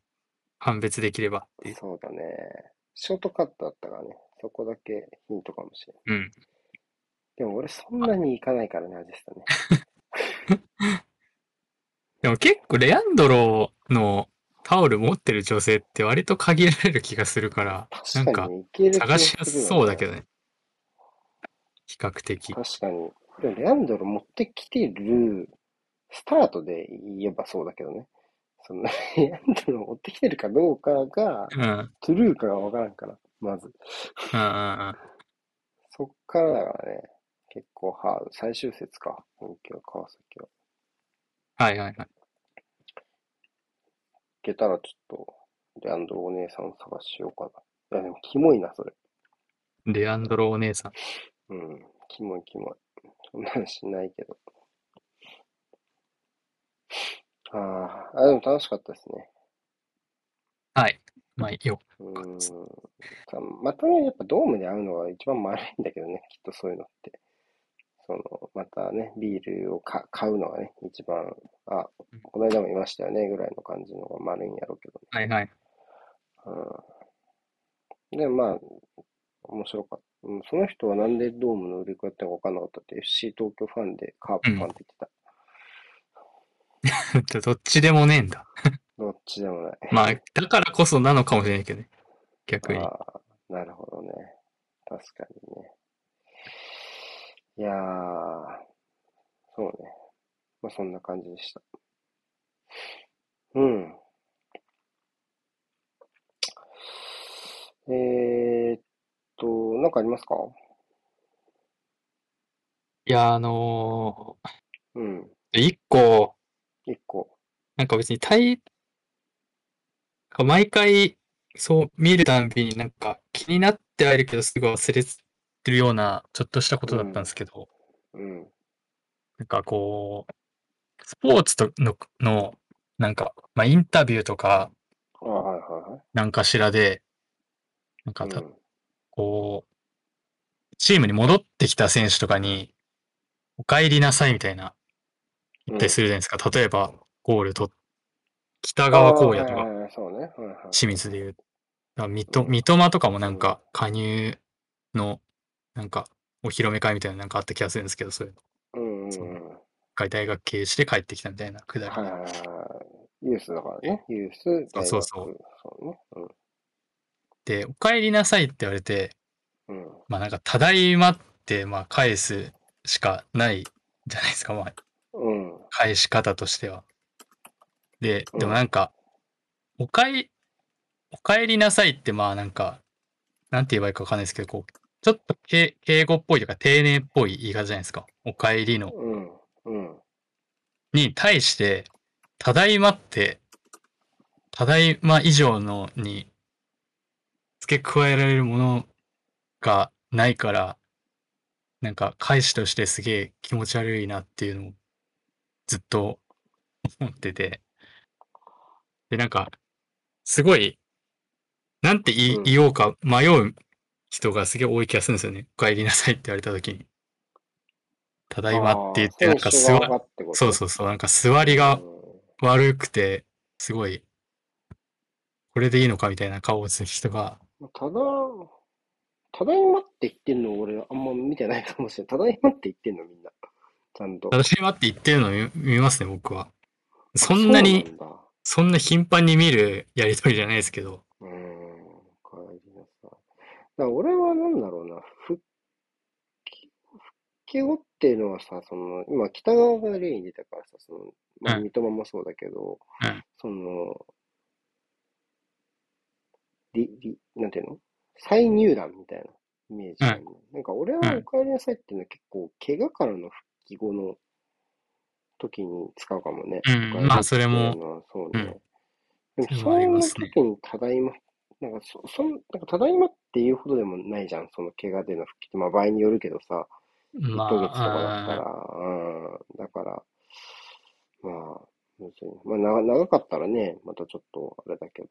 Speaker 2: 判別できればっていう。
Speaker 1: そうだね。ショートカットだったからね。そこだけヒントかもしれない。
Speaker 2: うん。
Speaker 1: でも俺そんなに行かないからね、アジスタね。
Speaker 2: でも結構、レアンドロのタオル持ってる女性って割と限られる気がするから、な
Speaker 1: 確か
Speaker 2: んか、
Speaker 1: に行ける気
Speaker 2: 探
Speaker 1: が
Speaker 2: しや
Speaker 1: する
Speaker 2: す
Speaker 1: よ
Speaker 2: そうだ
Speaker 1: ね。
Speaker 2: けどね。比較的。
Speaker 1: 確かに。でもレアンドロ持ってきてるスタートで言えばそうだけどね。その レアンドロ持ってきてるかどうかが、
Speaker 2: うん。うん
Speaker 1: トゥルーかがわからんから、まず。
Speaker 2: うんうん。
Speaker 1: そっからだからね。結構ハード。最終節か。本気は川崎は。
Speaker 2: はいはいはい。
Speaker 1: いけたらちょっと、レアンドロお姉さんを探しようかな。いやでもキモいな、それ。
Speaker 2: レアンドロお姉さん。
Speaker 1: うん。キモいキモい。そんなのしないけど。あーあ、でも楽しかったですね。
Speaker 2: はい。まあ、いいよ。
Speaker 1: うーん。さまたね、やっぱドームで会うのが一番丸いんだけどね、きっとそういうのって。その、またね、ビールをか買うのがね、一番、あ、この間もいましたよね、ぐらいの感じのが丸いんやろうけど
Speaker 2: はいはい。
Speaker 1: うん。で、まあ、面白かった。うん、その人はなんでドームの売り子やったのか分かんなかったって、FC 東京ファンでカープファンって言ってた。
Speaker 2: どっちでもねえんだ。
Speaker 1: どっちでもない。
Speaker 2: まあ、だからこそなのかもしれないけどね。逆に。
Speaker 1: ああ、なるほどね。確かにね。いやー、そうね。まあそんな感じでした。うん。えーっと、なんかありますか
Speaker 2: いや、あの
Speaker 1: うん。
Speaker 2: ー一個、
Speaker 1: 一個。
Speaker 2: なんか別に対、毎回、そう見るたんびになんか気になってはいるけど、すぐ忘れてるような、ちょっとしたことだったんですけど、
Speaker 1: うん。
Speaker 2: なんかこう、スポーツとの、の、なんか、まあ、インタビューとか、
Speaker 1: あー、はいはいはい。
Speaker 2: なんかしらで、なん
Speaker 1: う
Speaker 2: かた、
Speaker 1: ん。
Speaker 2: こう、チームに戻ってきた選手とかに、お帰りなさいみたいな、言ったりするじゃないですか。例えば、ゴールと、北
Speaker 1: ああ
Speaker 2: 川
Speaker 1: ー、
Speaker 2: 浩
Speaker 1: はい
Speaker 2: 也と
Speaker 1: は
Speaker 2: か、
Speaker 1: いはい、そうね。はいはい。
Speaker 2: 清水でいう。だから三
Speaker 1: う
Speaker 2: 笘
Speaker 1: ん
Speaker 2: 三笘とかもなんか、加入の、なんか、お披露目会みたいなのなんかあった気がするんですけど、そういうの。
Speaker 1: うんう
Speaker 2: その、
Speaker 1: んうん。は
Speaker 2: 一回大学経営して帰ってきたみたいなくだ
Speaker 1: い
Speaker 2: り
Speaker 1: はい
Speaker 2: で。
Speaker 1: はい。ユースだからね。ユース、
Speaker 2: そう
Speaker 1: 大
Speaker 2: そう
Speaker 1: 学、
Speaker 2: そう。
Speaker 1: そうね。
Speaker 2: で、お帰りなさいって言われて、
Speaker 1: うん。うん。
Speaker 2: まあなんか、ただいまって、まあ返すしかないじゃないですか、まあ
Speaker 1: うん。
Speaker 2: 返し方としては。で、
Speaker 1: うん
Speaker 2: でもなんか、おかえ、お帰りなさいって、まあなんか、なんて言えばいいかわかんないですけど、こう、ちょっと敬敬語っぽいというか、丁寧っぽい言い方じゃないですか。お帰りの。
Speaker 1: うん。うん。
Speaker 2: に対して、ただいまって、ただいま以上のに付け加えられるものがないから、なんか返しとしてすげえ気持ち悪いなっていうのをずっと思ってて、で、なんか、すごい、なんて言い
Speaker 1: うん
Speaker 2: 言おうか迷う人がすげえ多い気がするんですよね。お帰りなさいって言われた時に。ただいまって言って、なんか座、そうそうそう、なんか座りが悪くて、すごい、これでいいのかみたいな顔をする人が、
Speaker 1: う。ただ、ただいまって言ってんの俺あんま見てないかもしれない。ただいまって言ってんのみんな。ちゃんと。
Speaker 2: ただいまって言ってるのを見見ますね、僕は。そんなに、
Speaker 1: そうなんだ。
Speaker 2: そんな頻繁に見るやりとりじゃないですけど。
Speaker 1: うーん、お帰りなさい。だから俺はなんだろうな、復帰、復帰後っていうのはさ、その、今北側が例に出たからさ、その、まあ、
Speaker 2: うん
Speaker 1: 三笘もそうだけど、
Speaker 2: うん
Speaker 1: その、り、り、なんていうの再入団みたいなイメージがあるのなんか俺は
Speaker 2: うん
Speaker 1: お帰りなさいっていうのは結構、怪我からの復帰後の時に使うかもね。
Speaker 2: うん
Speaker 1: お帰り
Speaker 2: まあそれも
Speaker 1: っていうのはそうね。
Speaker 2: うん
Speaker 1: でも、
Speaker 2: それはありま
Speaker 1: の
Speaker 2: すね
Speaker 1: 時にただいま、なんかそ、そん、なんかただいまっていうほどでもないじゃん、その怪我での復帰って、まあ場合によるけどさ、1
Speaker 2: ま
Speaker 1: ヶ月とかだったら、
Speaker 2: あ、
Speaker 1: うん、だから、まあ、むずいまあ長、長かったらね、またちょっとあれだけど。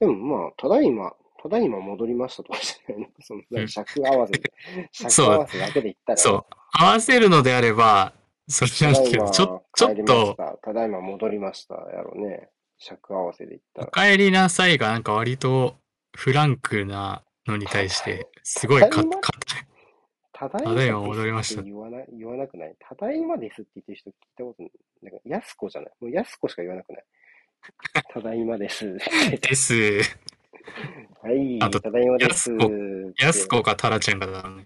Speaker 1: でもまあ、ただいま、ただいま戻りましたとかじゃな いの、その、なんか尺合わせで、尺合わせだけで言ったら、
Speaker 2: そう。合わせるのであれば、それ
Speaker 1: た
Speaker 2: なん
Speaker 1: だ
Speaker 2: です
Speaker 1: い
Speaker 2: けど、
Speaker 1: ま
Speaker 2: ちょ、ちょ
Speaker 1: 帰
Speaker 2: っ
Speaker 1: りまし
Speaker 2: と、
Speaker 1: た、ただいま戻りました、やろね。尺合わせで言った
Speaker 2: お
Speaker 1: ら。
Speaker 2: 帰りなさいがなんか割とフランクなのに対して、すごいか、
Speaker 1: ただ
Speaker 2: か
Speaker 1: いま、ただいま
Speaker 2: ただいま
Speaker 1: です
Speaker 2: 戻りました
Speaker 1: って言わな言わなくないただいまですって言ってる人聞いたことない。なんか、やすこじゃないもうやすこしか言わなくないただいまです。
Speaker 2: です。
Speaker 1: はい、
Speaker 2: あと
Speaker 1: ただいまです。
Speaker 2: やすやす。こかタラちゃんかだね。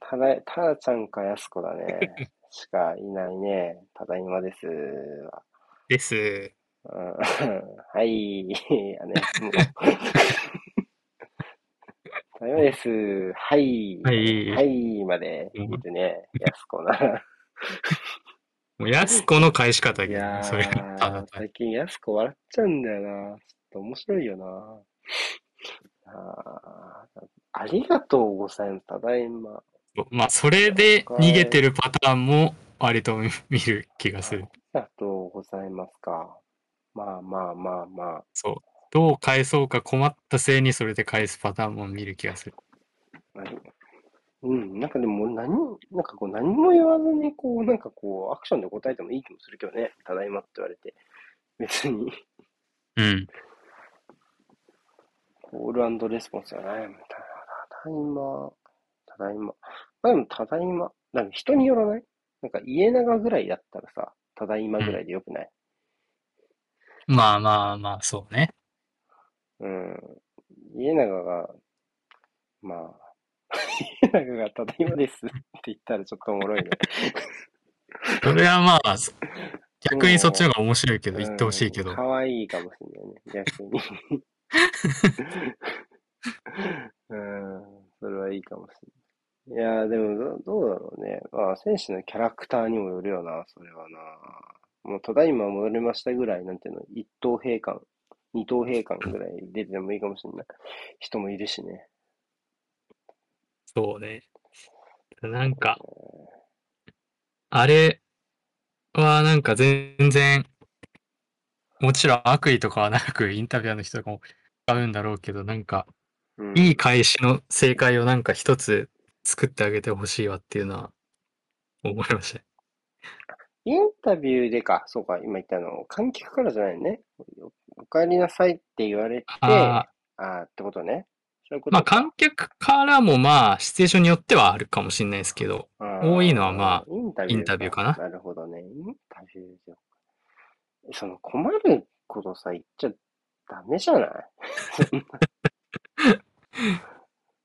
Speaker 1: ただ、たらちゃんかやすこだね。しかいないね。ただいまです。
Speaker 2: です。
Speaker 1: うんはい、あの、休 むぞただいまです。はい。
Speaker 2: はい
Speaker 1: はいまで
Speaker 2: うん
Speaker 1: 言ってね、やすこな。
Speaker 2: もうやすこの返し方だ
Speaker 1: い
Speaker 2: けど
Speaker 1: や
Speaker 2: ね、それが
Speaker 1: ー
Speaker 2: ただただ
Speaker 1: 最近やす子笑っちゃうんだよな。ちょっと面白いよな。あーありがとうございます。ただいま。
Speaker 2: まあ、それで逃げてるパターンも割と見見る気がする
Speaker 1: あ。りがとうございますか。まあまあまあまあ。
Speaker 2: そう。どう返そうか困ったせいにそれで返すパターンも見る気がする。
Speaker 1: ありうん、なんかでも何、なんかこう何も言わずに、こう、なんかこう、アクションで答えてもいい気もするけどね。ただいまって言われて。別に、
Speaker 2: うん。
Speaker 1: コールレスポンスじゃないもん。たただいま。ただいま。まあでも、ただいま。なんか人によらないなんか家長ぐらいだったらさ、ただいまぐらいでよくない、
Speaker 2: まあまあまあ、そうね。
Speaker 1: うん、家長が、まあ、 家長がただいまですって言ったらちょっとおもろいね。
Speaker 2: それはまあ、そ逆にそっちの方が面白いけど、
Speaker 1: うん
Speaker 2: 言ってほしいけど。
Speaker 1: かわいいかもしれないね、逆に。 うん、それはいいかもしれない。いやー、でもど、どうだろうね。まあ、選手のキャラクターにもよるよな、それはな。もう、ただいま戻りましたぐらい、なんていうの、一等兵官、二等兵官ぐらい出てもいいかもしれない人もいるしね。
Speaker 2: そうね。なんか、あれはなんか全然、もちろん悪意とかはなく、インタビュアーの人とかも使うんだろうけど、なんか、
Speaker 1: うん、
Speaker 2: いい返しの正解をなんか一つ作ってあげてほしいわっていうのは思いましたね。
Speaker 1: インタビューでか、そうか、今言ったの、観客からじゃないのね。おお帰りなさいって言われて、
Speaker 2: あ
Speaker 1: あーってことね。そういうこ
Speaker 2: ーまあ
Speaker 1: と
Speaker 2: 観客からもまあシチュエーションによってはあるかもしれないですけど、
Speaker 1: あ
Speaker 2: 多いのはまあ
Speaker 1: インタ
Speaker 2: インタビューかな
Speaker 1: なるほどね。インタビューで。その困ることさ、言っちゃダメじゃない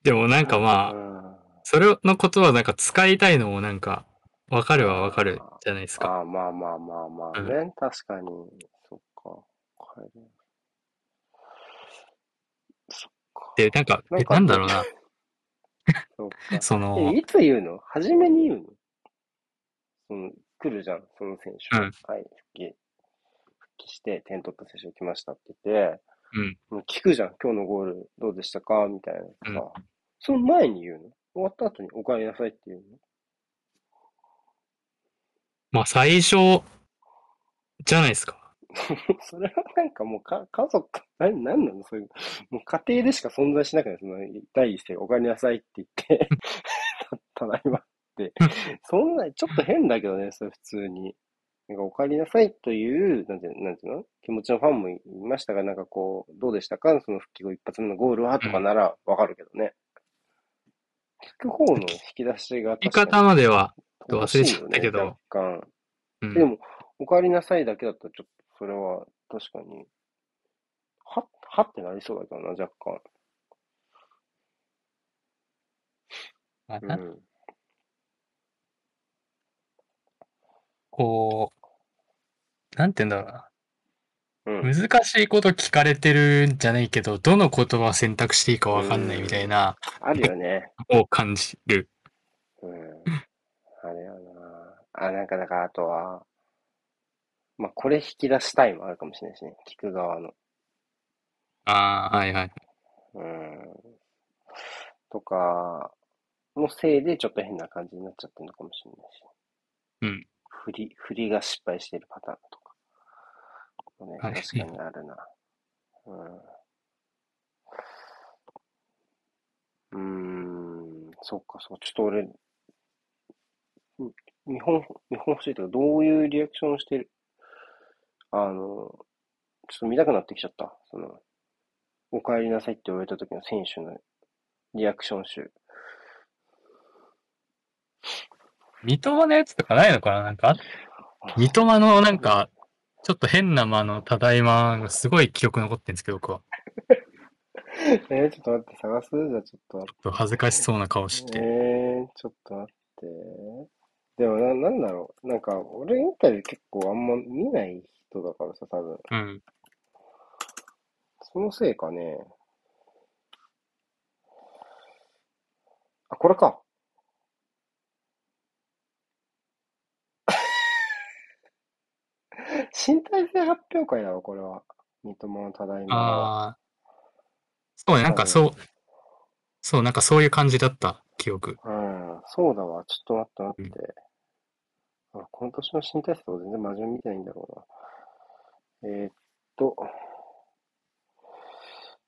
Speaker 2: でもなんかまあ、
Speaker 1: あ、
Speaker 2: それのことはなんか使いたいのもなんか、わかるはわかるじゃないですか。
Speaker 1: ああ、まあまあまあまあね。確かに。そっか。帰るそっか。
Speaker 2: で、なんか、
Speaker 1: なん
Speaker 2: え
Speaker 1: か
Speaker 2: なんだろうな。
Speaker 1: そっか。
Speaker 2: その
Speaker 1: え、、いつ言うの初めに言うのその、来るじゃん、その選手。
Speaker 2: うん
Speaker 1: はい、復帰。復帰して、点取った選手来ましたって言って、
Speaker 2: うん。
Speaker 1: もう聞くじゃん、今日のゴールどうでしたかみたいなさ、その前に言うの終わった後にお帰りなさいって言う
Speaker 2: まあ最初、じゃないですか。
Speaker 1: の それはなんかもうか家族、 な、なんなのそういう、もう家庭でしか存在しなくないその、第一声おかえりなさいって言って、 たただいまって。そんな、ちょっと変だけどね、それ普通に。なんかおかえりなさいという、なんていうの、なんていうの気持ちのファンもいましたが、なんかこう、どうでしたかその復帰後一発目のゴールはとかならわかるけどね。聞く方の引き出しが
Speaker 2: 言い
Speaker 1: 確か
Speaker 2: 方までは、
Speaker 1: に
Speaker 2: 忘れちゃったけど
Speaker 1: 乏しいよね若干。
Speaker 2: うん
Speaker 1: でも、お帰りなさいだけだったら、ちょっと、それは、確かに、は、はってなりそうだけどな、若干。
Speaker 2: まあ
Speaker 1: う
Speaker 2: なん
Speaker 1: ん。
Speaker 2: こう、なんて言うんだろうな。
Speaker 1: うん。
Speaker 2: 難しいこと聞かれてるんじゃないけど、どの言葉を選択していいかわかんないみたいな、
Speaker 1: あるよね。
Speaker 2: を感じる。
Speaker 1: うん。あれよな。あ、なんか、だから、あとは、まあ、これ引き出したいもあるかもしれないしね。聞く側の。
Speaker 2: ああ、はいはい。
Speaker 1: うん。とか、のせいで、ちょっと変な感じになっちゃってるのかもしれないし。
Speaker 2: うん。
Speaker 1: 振り、振りが失敗してるパターンとか。ね、
Speaker 2: はい
Speaker 1: 確かにあるな。うん。うーん、そっか、そう、ちょっと俺、ん日本、日本欲しいとか、どういうリアクションをしてるあの、ちょっと見たくなってきちゃった。その、お帰りなさいって言われた時の選手のリアクション 集。
Speaker 2: 三笘のやつとかないのかななんか、三笘のなんか、ちょっと変な間のただいまがすごい記憶残ってるんですけど、僕は。
Speaker 1: えー、ちょっと待って、探すじゃあちょっと待って
Speaker 2: ちょっと恥ずかしそうな顔し
Speaker 1: え
Speaker 2: て。
Speaker 1: ー、ちょっと待って。でもな、なんだろう。なんか、俺インタビュー結構あんま見ない人だからさ、多分。
Speaker 2: うん。
Speaker 1: そのせいかね。あ、これか。 新体制発表会だわ、これは。三笘のただいまは。
Speaker 2: ああ。そうね、なんかそう、そう、なんかそういう感じだった記憶。
Speaker 1: うん、そうだわ。ちょっと待って待って。あこの年の新体操は全然真面目見てないんだろうな。えーっと、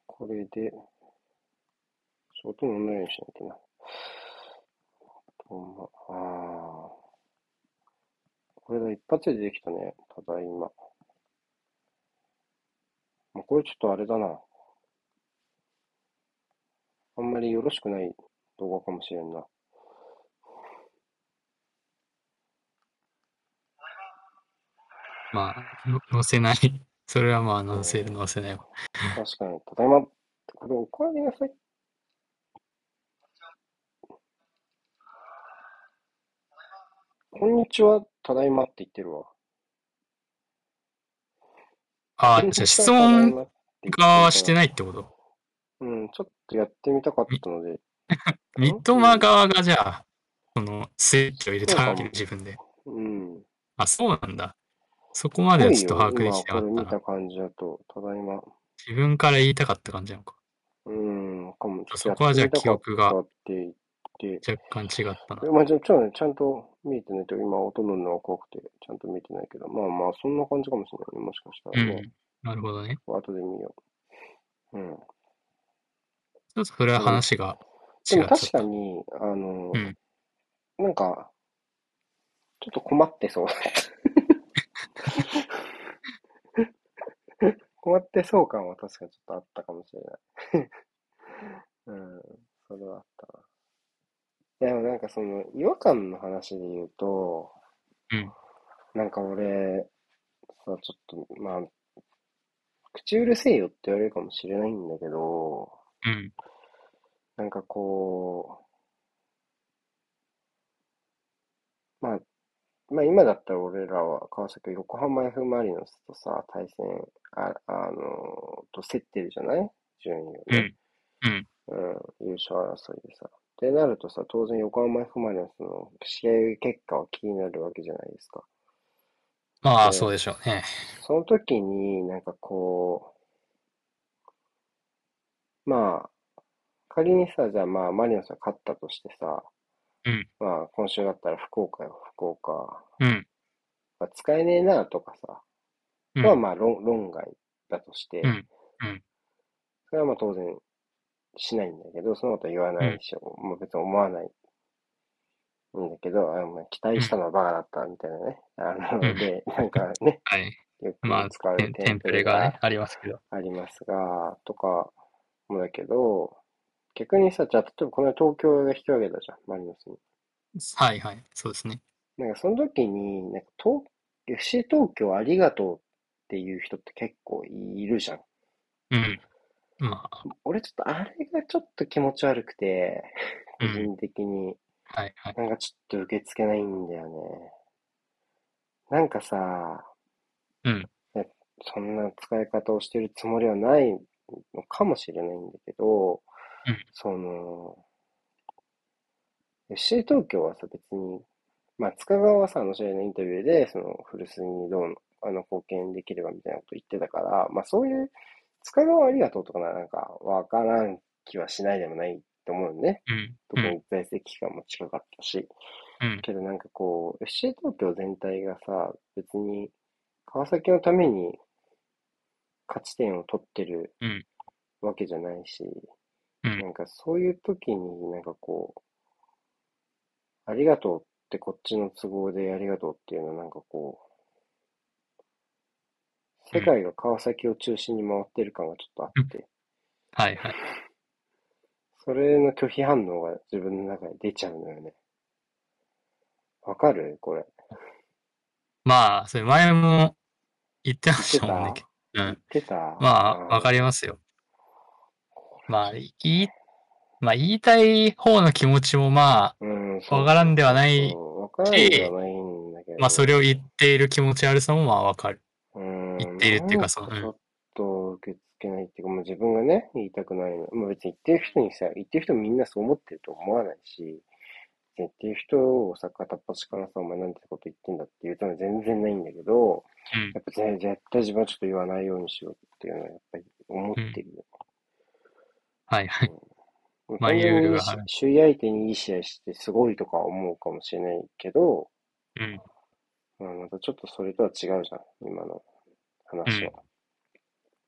Speaker 1: これで、ちょっと飲んないようにしないとな。とまあーこれだ、一発でできたね。ただいま。まあこれちょっとあれだな。あんまりよろしくない動画かもしれんな。
Speaker 2: まあ、の載せない。それはまあ、載せる、載せないわ。
Speaker 1: 確かに。ただいま、これおかえりなさい。こんにちは、ただいまって言ってるわ。
Speaker 2: ああ、
Speaker 1: こんにち
Speaker 2: じゃ
Speaker 1: は
Speaker 2: あ質
Speaker 1: ただい
Speaker 2: 問
Speaker 1: まって言ってるから
Speaker 2: がしてないってこと
Speaker 1: うん、ちょっとやってみたかったので、
Speaker 2: 三笘側がじゃあ、そのスイッチを入れ
Speaker 1: そう
Speaker 2: た
Speaker 1: か
Speaker 2: わ
Speaker 1: も
Speaker 2: けで自分で。
Speaker 1: うん。
Speaker 2: あ、そうなんだ。そこまではちょっと把握
Speaker 1: すごい
Speaker 2: で
Speaker 1: よ
Speaker 2: きてなかっ
Speaker 1: 今
Speaker 2: た
Speaker 1: これ
Speaker 2: な
Speaker 1: 見。た感じだと、ただいま。
Speaker 2: 自分から言いたかった感じなのか。
Speaker 1: うん、かも。
Speaker 2: そこはじゃあ記憶が
Speaker 1: ちょっとやってみたかったって言って。
Speaker 2: 若干違ったな。
Speaker 1: えまあ、ちょちょっとねちゃんと見えてないと、今音ののは怖くて、ちゃんと見えてないけど、まあまあ、そんな感じかもしれないね、もしかした
Speaker 2: う
Speaker 1: らね。
Speaker 2: ん。なるほどね。
Speaker 1: 後で見よう。うん。
Speaker 2: ちょっとそれは話が
Speaker 1: で
Speaker 2: 違っ
Speaker 1: も
Speaker 2: ちゃっ
Speaker 1: 確
Speaker 2: た。
Speaker 1: かに、あの、
Speaker 2: うん
Speaker 1: なんか、ちょっと困って そう。困ってそう感は確かにちょっとあったかもしれない。 うん、それはあったな。いや、でもなんかその、違和感の話で言うと、
Speaker 2: うん
Speaker 1: なんか俺、さ、ちょっと、まあ、口うるせえよって言われるかもしれないんだけど、
Speaker 2: うん。
Speaker 1: なんかこう、まあ、まあ今だったら俺らは川崎横浜 F ・マリノスとさ、対戦、あ、あのと競ってるじゃない順位をね。
Speaker 2: うん
Speaker 1: うん、優勝争いでさ。ってなるとさ、当然横浜 F ・マリノスの試合結果は気になるわけじゃないですか。
Speaker 2: ま
Speaker 1: で
Speaker 2: あ、そうでしょうね。
Speaker 1: その時になんかこう、まあ、仮にさ、じゃあまあマリノスが勝ったとしてさ、
Speaker 2: うん
Speaker 1: まあ今週だったら福岡よ、福岡
Speaker 2: うん。
Speaker 1: まあ使えねえなとかさ、
Speaker 2: うん
Speaker 1: はまあ論論外だとして
Speaker 2: うんうん、
Speaker 1: それはまあ当然しないんだけど、そのことは言わないし、もう別に思わないんだけど、あの期待したのはバカだったみたいなね。あの
Speaker 2: うん
Speaker 1: で、なんかね、
Speaker 2: はい。
Speaker 1: よく
Speaker 2: まあ、
Speaker 1: 使う
Speaker 2: テンテ
Speaker 1: テ
Speaker 2: ン
Speaker 1: ン
Speaker 2: プ
Speaker 1: プ
Speaker 2: レ
Speaker 1: レ
Speaker 2: がね
Speaker 1: が、
Speaker 2: ありますけど。
Speaker 1: ありますが、とかもだけど、逆にさ、じゃあ例えばこの間東京が引き分けたじゃん、マリノスに。
Speaker 2: はいはい。そうですね。
Speaker 1: なんかその時に、なんか東、FC 東京ありがとうっていう人って結構いるじゃん。
Speaker 2: うん。まあ、
Speaker 1: 俺ちょっとあれがちょっと気持ち悪くて、個
Speaker 2: うん
Speaker 1: 人的に、
Speaker 2: はいはい。
Speaker 1: なんかちょっと受け付けないんだよね。なんかさ、
Speaker 2: うん
Speaker 1: ねそんな使い方をしてるつもりはないのかもしれないんだけど、
Speaker 2: うん
Speaker 1: その、FC 東京はさ、別に、まあ、塚川はさ、あの試合のインタビューで、その、古巣にどうの、あの、貢献できればみたいなこと言ってたから、まあ、そういう、塚川ありがとうとかな、なんか、わからん気はしないでもないと思うのね。
Speaker 2: うん。
Speaker 1: 特
Speaker 2: うん
Speaker 1: に在籍期間も近かったし。
Speaker 2: うん。
Speaker 1: けどなんかこう、FC 東京全体がさ、別に川崎のために勝ち点を取ってる
Speaker 2: うん
Speaker 1: わけじゃないし、
Speaker 2: うん
Speaker 1: なんかそういう時になんかこう、ありがとうってこっちの都合でありがとうっていうのはなんかこう、
Speaker 2: うん
Speaker 1: 世界が川崎を中心に回ってる感がちょっとあって、
Speaker 2: はいはい。
Speaker 1: それの拒否反応が自分の中で出ちゃうのよね。わかるこれ。
Speaker 2: まあ、それ前も言ってまし
Speaker 1: 出
Speaker 2: た
Speaker 1: た
Speaker 2: もんね。うん。
Speaker 1: 出た
Speaker 2: まあ、わか
Speaker 1: り
Speaker 2: りますよ。まあ、いい、まあ、言いたい方の気持ちもま
Speaker 1: うん、
Speaker 2: あ、わからんではない
Speaker 1: そうわからんではないんだけど。
Speaker 2: まあ、それを言っている気持ち悪さもまあわかる。
Speaker 1: うん、
Speaker 2: 言っているっていうかその
Speaker 1: なんちょっと受け付けないっていうか、もう自分がね、言いたくないの。まあ別に言ってる人にさ、言ってる人みんなそう思ってると思わないし、言ってる人をさ、片っ端からさ、お前なんてこと言ってんだって言うとも全然ないんだけど、
Speaker 2: うん
Speaker 1: やっぱね絶対自分はちょっと言わないようにしようっていうのはやっぱり思ってるよ。
Speaker 2: はいはい。
Speaker 1: うん
Speaker 2: まあ
Speaker 1: 完全に
Speaker 2: いろいろある
Speaker 1: 首位相手にいい試合してすごいとか思うかもしれないけど、
Speaker 2: うん。
Speaker 1: まあ、またちょっとそれとは違うじゃん、今の話は。ちょっと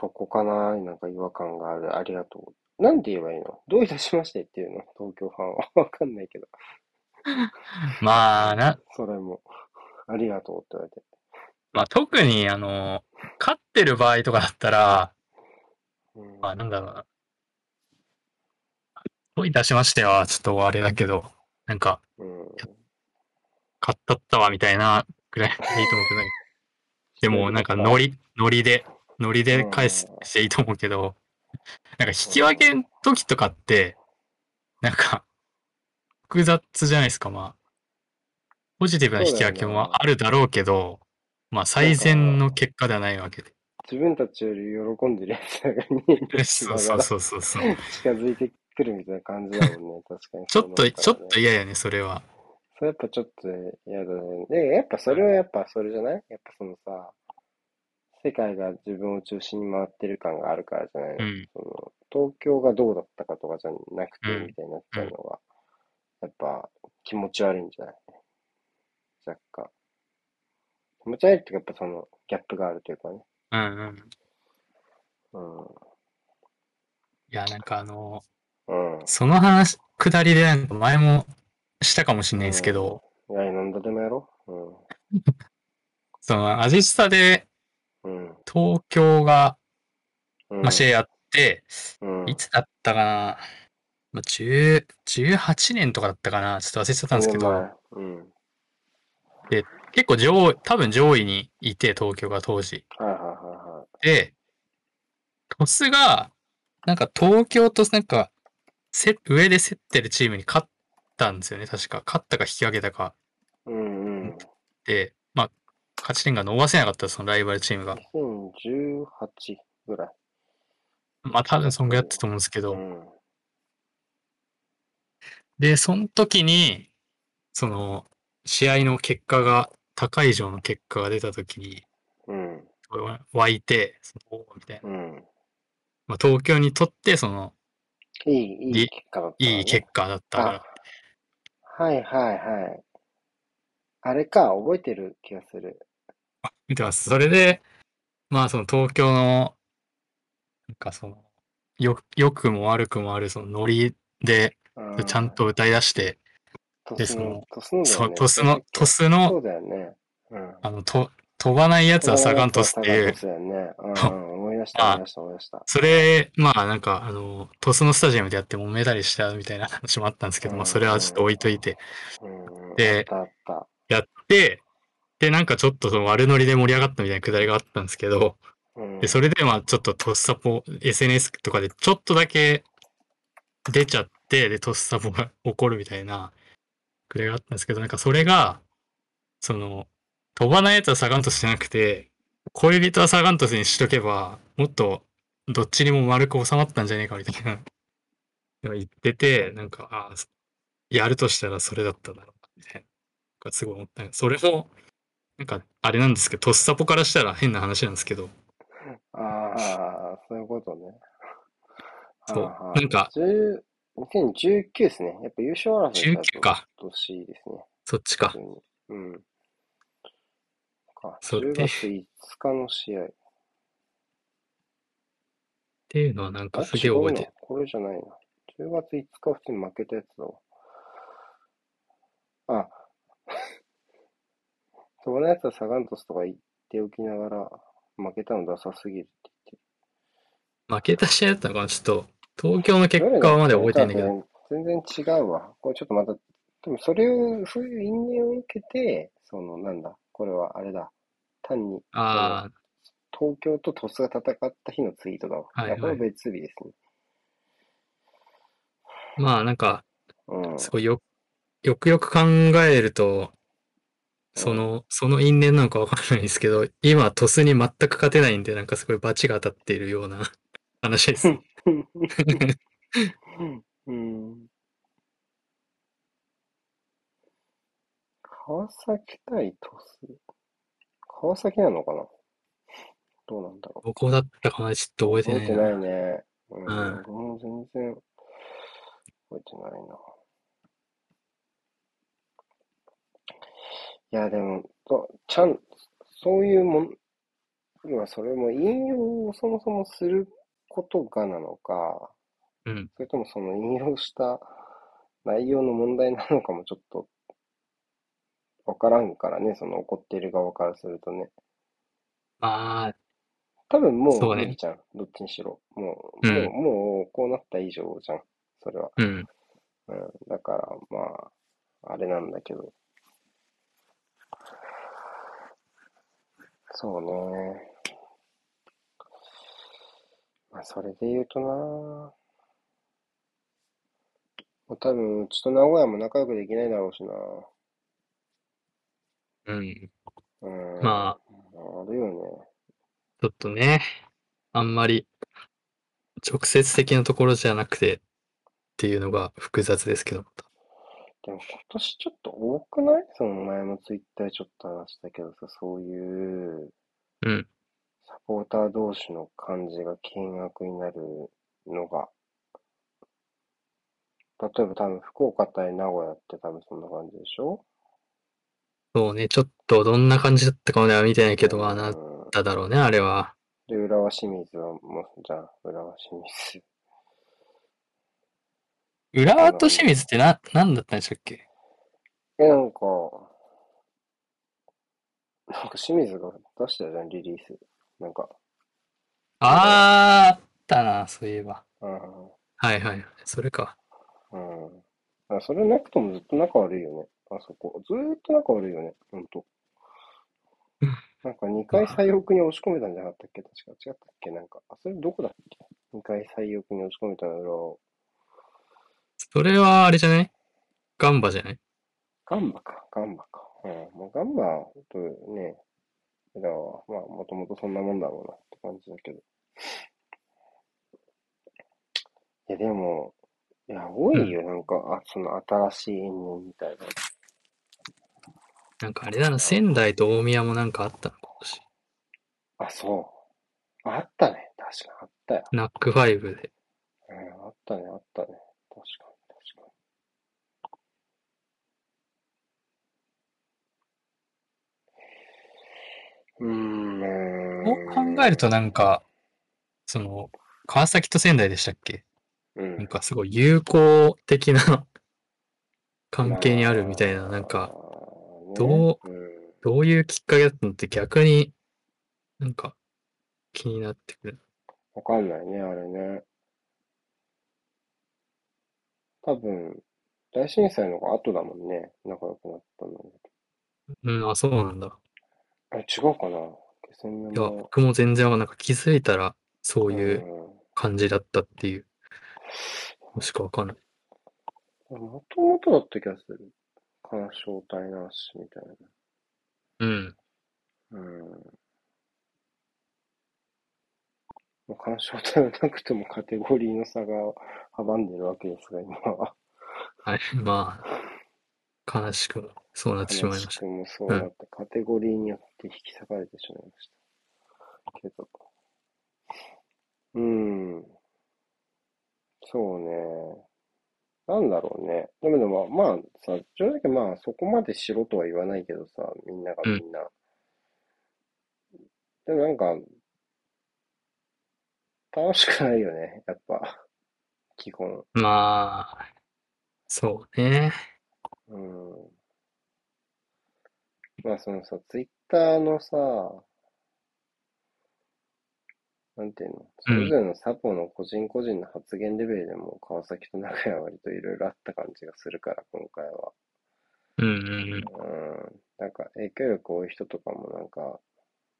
Speaker 1: そこかな、なんか違和感がある。ありがとう。なんて言えばいいのどういたしましてっていうの東京ファンは。 わかんないけど。
Speaker 2: まあ、な、
Speaker 1: それも。ありがとうって言われて。
Speaker 2: まあ特に、あの、勝ってる場合とかだったら、
Speaker 1: うん
Speaker 2: まあなんだろうな。どういたしましては、ちょっとあれだけど、なんか、
Speaker 1: うん、
Speaker 2: 買ったったわみたいなぐらいでいいと思うけど、でもなんかノリ、ノリで、ノリで返す
Speaker 1: うん
Speaker 2: していいと思うけど、なんか引き分けの時とかって、なんか、複雑じゃないですか、まあ。ポジティブな引き分け
Speaker 1: そうだよ
Speaker 2: も
Speaker 1: な
Speaker 2: あるだろうけど、まあ最善の結果ではないわけで。
Speaker 1: 自分たちより喜んでるやつらが見えてき
Speaker 2: そ
Speaker 1: な
Speaker 2: うそ
Speaker 1: が
Speaker 2: う
Speaker 1: ら
Speaker 2: そうそうそう。
Speaker 1: 近づいてくるみたいな感じだもんね。確かに
Speaker 2: ちょ
Speaker 1: そう
Speaker 2: っ
Speaker 1: なた
Speaker 2: と、
Speaker 1: らね、
Speaker 2: ちょっと嫌やね、それは。
Speaker 1: それやっぱちょっと嫌だね。で、やっぱそれはやっぱそれじゃないやっぱそのさ、世界が自分を中心に回ってる感があるからじゃないの、
Speaker 2: うん
Speaker 1: その東京がどうだったかとかじゃなくて
Speaker 2: うん
Speaker 1: みたいになっちゃうのが、やっぱ気持ち悪いんじゃない若干。気持ち悪いっていうかやっぱそのギャップがあるというかね。
Speaker 2: うんうん。
Speaker 1: うん。
Speaker 2: いや、なんかあの、
Speaker 1: うん。
Speaker 2: その話、下りでなんか前もしたかもしれないですけど、
Speaker 1: いや、何度でもやろう。
Speaker 2: そのアジスタで
Speaker 1: うん。うん。
Speaker 2: 東京が、
Speaker 1: うん、
Speaker 2: まあ、試合やって、
Speaker 1: うん。
Speaker 2: いつだったかな、まあ、10 18年とかだったかな、ちょっと忘れちゃったんですけ
Speaker 1: 五年
Speaker 2: ど、
Speaker 1: 前うん。
Speaker 2: 結構上位、多分上位にいて、東京が当時。
Speaker 1: はいはいはいはい。
Speaker 2: で、鳥栖が、なんか東京となんか、せ上で競ってるチームに勝ったんですよね、確か。勝ったか引き分けたか。
Speaker 1: うんうん。
Speaker 2: で、まあ、勝ち点が伸ばせなかった、そのライバルチームが。
Speaker 1: 2018ぐらい。
Speaker 2: まあ、多分そんぐらいだったと思うんですけど、
Speaker 1: ん。
Speaker 2: で、その時に、その、試合の結果が、高い以上の結果が出た時に、
Speaker 1: うん。
Speaker 2: 湧いて、そのおーみたいな。
Speaker 1: うん。
Speaker 2: まあ、東京にとって、その、
Speaker 1: いい、い
Speaker 2: い
Speaker 1: い結果だった、
Speaker 2: いい結果だったから。
Speaker 1: 果。はいはいはい。あれか、覚えてる気がする。
Speaker 2: 見てます。それで、まあその東京の、なんかその、よ、良くも悪くもあるそのノリで、
Speaker 1: あー
Speaker 2: ちゃん、と歌い出して、
Speaker 1: トスの、トスのだよね
Speaker 2: そう、トスの、トスの
Speaker 1: そ、うだよね。うん。
Speaker 2: あの、と、飛ばないやつはサガントスっていう、
Speaker 1: そうだよね。うんうん、思い出した、
Speaker 2: あ
Speaker 1: 思い出した、思い出した。
Speaker 2: それ、まあなんか、あの、トスのスタジアムでやって揉めたりしたみたいな話もあったんですけど、まあそれはちょっと置いといて、
Speaker 1: うんうん、
Speaker 2: で
Speaker 1: あったあっ
Speaker 2: やって、で、なんかちょっとその悪ノリで盛り上がったみたいなくだりがあったんですけど、
Speaker 1: た。うん
Speaker 2: で、それでまあちょっとトスサポ、SNS とかでちょっとだけ出ちゃって、で、トスサポが 起こるみたいなくらいがあったんですけど、なんかそれが、その、飛ばないやつはサガントスじゃなくて、恋人はサガントスにしとけば、もっとどっちにも丸く収まったんじゃねえかみたいな言ってて、なんか、ああ、やるとしたらそれだったんだろうな、みたいな。なんかすごい思った。それも、なんか、あれなんですけど、トスサポからしたら変な話なんですけど、
Speaker 1: ああ、そういうことね。
Speaker 2: そう
Speaker 1: はあはあ
Speaker 2: なんか
Speaker 1: 10 2019ですね。やっぱ優勝争い
Speaker 2: 19か
Speaker 1: 今年ですね。
Speaker 2: そっちか
Speaker 1: 普通。に。うん。か
Speaker 2: そう
Speaker 1: 10
Speaker 2: で
Speaker 1: 月5日の試合。
Speaker 2: っていうのはなん
Speaker 1: あ
Speaker 2: かすげえ覚えて
Speaker 1: 違うなこれじゃないな。10月5日普通に負けたやつだわ。あ、 そのやつはサガントスとか言っておきながら、負けたのダサすぎるって
Speaker 2: 負けた試合だったのかなちょっと、東京の
Speaker 1: 言
Speaker 2: 結
Speaker 1: って。
Speaker 2: 果はまで覚えてないんだけど。
Speaker 1: 全然違うわ。これちょっとまた、でもそれを、そういう因縁を受けて、そのなんだ、これはあれだ。単に
Speaker 2: あ
Speaker 1: 東京と鳥栖が戦った日のツイートだわ。
Speaker 2: はい
Speaker 1: やこれ
Speaker 2: はい
Speaker 1: 別日ですね。
Speaker 2: あ、まあなんか、
Speaker 1: うん。
Speaker 2: すごいよ、よくよく考えると、その、その因縁なのかわからないですけど、今、鳥栖に全く勝てないんで、なんかすごいバチが当たっているような 話です。
Speaker 1: うん川崎対鳥栖。川崎なのかなどうなんだろう。
Speaker 2: どこだったかなちょっと覚えて
Speaker 1: 覚
Speaker 2: な
Speaker 1: えて
Speaker 2: いな。
Speaker 1: ないね。うん。
Speaker 2: うん
Speaker 1: 僕も全然覚えてないな。いや、でも、とちゃん、そういうもん、今それも引用をそもそもすることがなのか、
Speaker 2: うん。
Speaker 1: それともその引用した内容の問題なのかもちょっとわからんからね、その怒ってる側からするとね。
Speaker 2: まあ、
Speaker 1: 多分も
Speaker 2: そう
Speaker 1: う
Speaker 2: ね
Speaker 1: 無理じゃん、どっちにしろ。もう、
Speaker 2: うん
Speaker 1: もう、もうこうなった以上じゃん、それは。
Speaker 2: うん。
Speaker 1: うん、だから、まあ、あれなんだけど。そうね。まあ、それで言うとなもう多分、うちと名古屋も仲良くできないだろうしな
Speaker 2: うん。
Speaker 1: うん。
Speaker 2: ま
Speaker 1: あ。あるよね。
Speaker 2: ちょっとね、あんまり、直接的なところじゃなくて、っていうのが複雑ですけど。
Speaker 1: でも今年ちょっと多くないその前もツイッターでちょっと話したけどさ、そういう、
Speaker 2: うん。
Speaker 1: サポーター同士の感じが険悪になるのが、例えば多分福岡対名古屋って多分そんな感じでしょ
Speaker 2: そうね、ちょっとどんな感じだったかまでは見てないけど、まあ、なっ
Speaker 1: うん
Speaker 2: ただろうね、あれは。
Speaker 1: で、浦和清水はもう、じゃあ、浦和清水。
Speaker 2: 浦和と清水ってな、なんだったんでしたっけ
Speaker 1: え、なんか、なんか清水が出したじゃん、リリース。なんか、
Speaker 2: あーあったな、そういえば。
Speaker 1: うん、
Speaker 2: はいはい。それか。
Speaker 1: うん。あそれなくともずっと仲悪いよね。あそこ。ずーっと仲悪いよね。ほんと
Speaker 2: うん。
Speaker 1: なんか2回最奥に押し込めたんじゃなかったっけ確か違ったっけなんか。あ、それどこだっけ ?2 回最奥に押し込めたの裏を。
Speaker 2: それはあれじゃないガンバじゃない
Speaker 1: ガンバか。ガンバか。うん。もうガンバとね、裏は、まあもともとそんなもんだろうなって感じだけど。いや、でも、いや、多いよ。なんか、あ、その新しい縁起みたいな。
Speaker 2: なんかあれだな、仙台と大宮もなんかあったのかもしれない
Speaker 1: あ、そう。あったね。確かにあったよ。
Speaker 2: スナックファイブで。
Speaker 1: うん、あったね、あったね。確かに、確かうーん。
Speaker 2: こう考えるとなんか、その、川崎と仙台でしたっけ
Speaker 1: う
Speaker 2: なん
Speaker 1: ん、
Speaker 2: かすごい友好的な 関係にあるみたいな、なんか、ど
Speaker 1: う、うん
Speaker 2: どういうきっかけだったのって逆になんか気になってくる。
Speaker 1: わかんないね、あれね。多分、大震災のが後だもんね、仲良くなったの。
Speaker 2: うん、あ、そうなんだ。
Speaker 1: あ、違うかな気仙
Speaker 2: いや、
Speaker 1: 沼。
Speaker 2: 僕も全然なんか気づいたらそ
Speaker 1: う。
Speaker 2: ういうん感じだったっていうのしかわかんない。
Speaker 1: もともとだった気がする。干渉体なしみたい
Speaker 2: うん。
Speaker 1: な。うん。もう干渉体はなくてもカテゴリーの差が阻んでるわけですが、今は。
Speaker 2: はい。 まあ、悲しくもそうなってしま
Speaker 1: 悲
Speaker 2: い
Speaker 1: し
Speaker 2: まし
Speaker 1: くもそうなった。カテゴリーによって引き裂かれてしまいました。けど。うん。そうね。なんだろうね。でもでも、まあさ、正直まあそこまでしろとは言わないけどさ、みんながみんな。でもなんか、楽しくないよね、やっぱ。基本。
Speaker 2: た。まあ、そうね。
Speaker 1: うん。まあそのさ、ツイッターのさ、なんていうの、それぞれのサポの個人個人の発言レベルでも川崎と長屋は割といろいろあった感じがするから、今回は。
Speaker 2: うんうんうん。
Speaker 1: うん、なんか影響力多い人とかもなんか、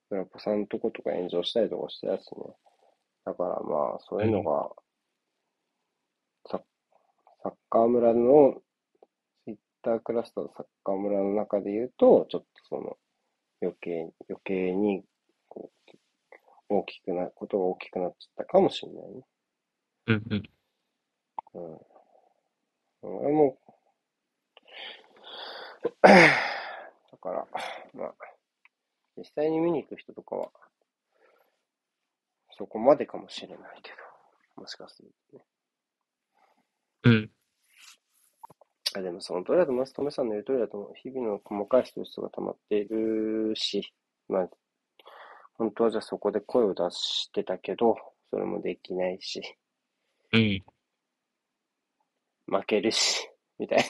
Speaker 1: ブラポさんのとことか炎上したりとかしてたしね。だからまあ、そういうのが、サッサッカー村の、ツイッタークラスターのサッカー村の中で言うと、ちょっとその、余計、余計に、こう、大きくな、ことが大きくなっちゃったかもしれないね。
Speaker 2: うんうん。
Speaker 1: うん。俺も、 だから、まあ、実際に見に行く人とかは、そこまでかもしれないけど、もしかするとね。
Speaker 2: うん。
Speaker 1: あでも、その通りだと思います。トメさんの言う通りだと思う。日々の細かいストレスが溜まっているし、まあ、本当はじゃあそこで声を出してたけど、それもできないし、
Speaker 2: うん。
Speaker 1: 負けるし、みたいな。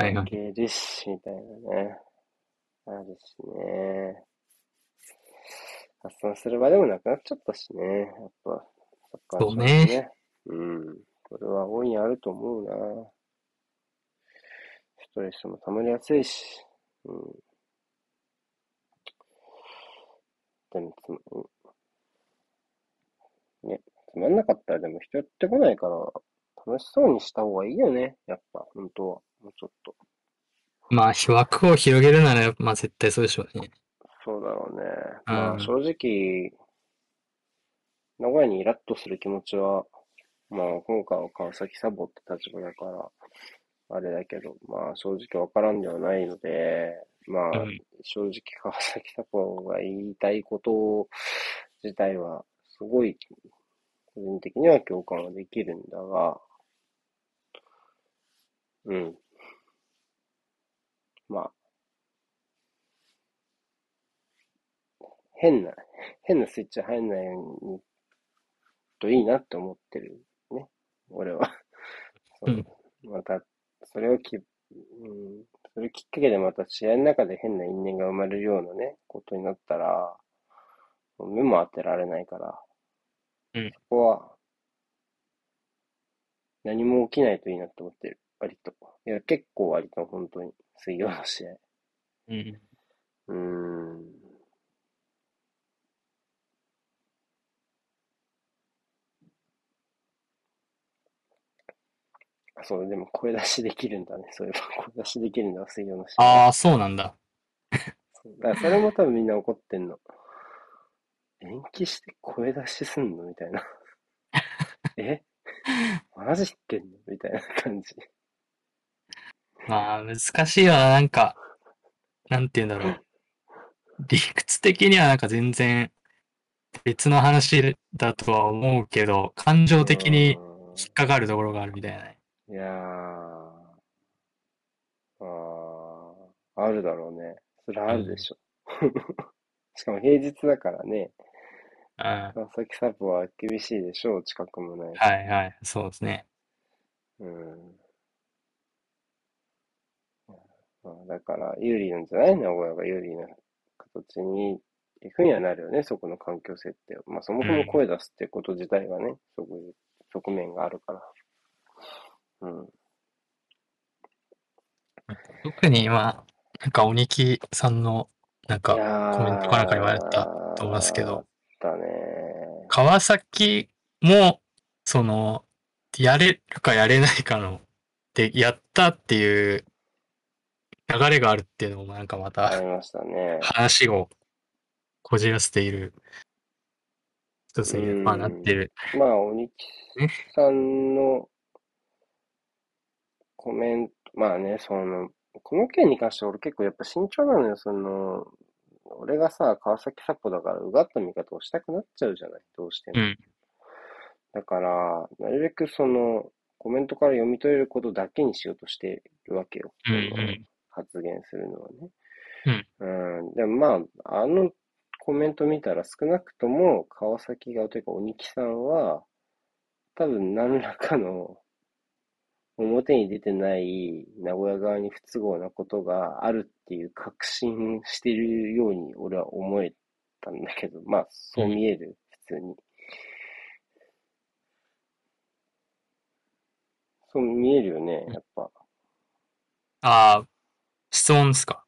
Speaker 2: はいは
Speaker 1: 負
Speaker 2: い。
Speaker 1: けるし、みたいなね。あるしね。発散する場でもなくなっちゃったしね。やっぱ、サッカー
Speaker 2: そうね
Speaker 1: 場ね。うん。これは大いにあると思うな。ストレスも溜まりやすいし。うん。でもつま、うんね、つまんなかったらでも人やってこないから、楽しそうにした方がいいよね。やっぱ、本当は。もうちょっと。
Speaker 2: まあ、枠を広げるなら、まあ絶対そうでしょうね。
Speaker 1: そうだろうね。
Speaker 2: うん
Speaker 1: まあ正直、名古屋にイラッとする気持ちは、まあ今回は川崎サボって立場だから、あれだけど、まあ正直わからんではないので、まあ
Speaker 2: うん。
Speaker 1: 正直川崎サポが言いたいこと自体は、すごい、個人的には共感はできるんだが、うん。まあ、変な、変なスイッチ入んないように、といいなって思ってるね。俺は。そう
Speaker 2: うん
Speaker 1: また、それをき、うん、それきっかけでまた試合の中で変な因縁が生まれるようなね、ことになったら、もう目も当てられないから、
Speaker 2: うん
Speaker 1: そこは、何も起きないといいなって思ってる。割と。いや、結構割と本当に、水曜の試合。
Speaker 2: うん。
Speaker 1: うーん。あそう、でも声出しできるんだね。そういえば、声出しできるんだ、水曜の試合。
Speaker 2: ああ、そうなんだ。
Speaker 1: そうだからそれも多分みんな怒ってんの。延期して声出しすんのみたい な。えマジ言ってんのみたいな感じ。
Speaker 2: まあ、難しいよな、なんか、なんて言うんだろう。理屈的にはなんか全然別の話だとは思うけど、感情的に引っかかるところがあるみたいなね。
Speaker 1: うーんいやー、あーあるだろうね。それあるでしょ。 しかも平日だからね、
Speaker 2: あ
Speaker 1: 川崎サポは厳しいでしょう、近くもないし。
Speaker 2: はいはい、そうですね。
Speaker 1: うん。まあ、だから、有利なんじゃない名古屋が有利な形に行くにはなるよね、そこの環境設定は。まあ、そもそも声出すってこと自体がね、そこに側面があるから。うん。
Speaker 2: 特に今、なんか鬼木さんの、なん
Speaker 1: い
Speaker 2: か、
Speaker 1: やー
Speaker 2: コメントかなんかにもあったと思いますけ
Speaker 1: あっ
Speaker 2: ど、
Speaker 1: たね
Speaker 2: 川崎も、その、やれるかやれないかの、で、やったっていう流れがあるっていうのもなんかま
Speaker 1: あ
Speaker 2: た
Speaker 1: りましたね。
Speaker 2: 話をこじらせている一つに、まあなっている。
Speaker 1: まあ、鬼木さんのコメント、まあね、その、この件に関して俺結構やっぱ慎重なのよ、その、俺がさ、川崎サポだからうがった見方をしたくなっちゃうじゃない、どうしても。
Speaker 2: うん。
Speaker 1: だから、なるべくその、コメントから読み取れることだけにしようとしてるわけよ、
Speaker 2: うんう
Speaker 1: その
Speaker 2: ん。
Speaker 1: 発言するのはね。うん。でもまあ、あのコメント見たら少なくとも川崎側というか鬼木さんは、多分何らかの表に出てない名古屋側に不都合なことがあるっていう確信してるように俺は思えたんだけど、まあそう見える、普通に。そう見えるよね、やっぱ。
Speaker 2: ああ、質問ですか。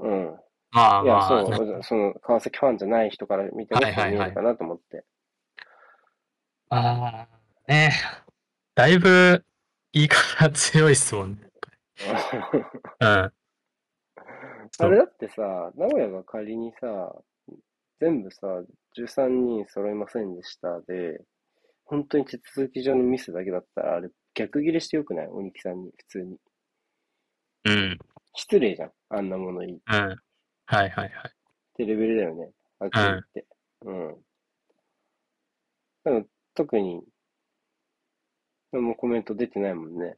Speaker 1: うん。
Speaker 2: まあ
Speaker 1: いや、
Speaker 2: まあ、
Speaker 1: そう、その、川崎ファンじゃない人から見ても
Speaker 2: はいはいはい
Speaker 1: そう見えるかなと思って。
Speaker 2: ああ、ねだいぶ言い方強いっすもんね。うん。
Speaker 1: あれだってさ、名古屋が仮にさ、全部さ、13人揃いませんでしたで、本当に手続き上のミスだけだったら、あれ、逆ギレしてよくない鬼木さんに、普通に。
Speaker 2: うん。
Speaker 1: 失礼じゃん。あんなもの言っ
Speaker 2: うん。はいはいはい。
Speaker 1: てレベルだよね。はっきり言って。うん。でも、特に、何もコメント出てないもんね。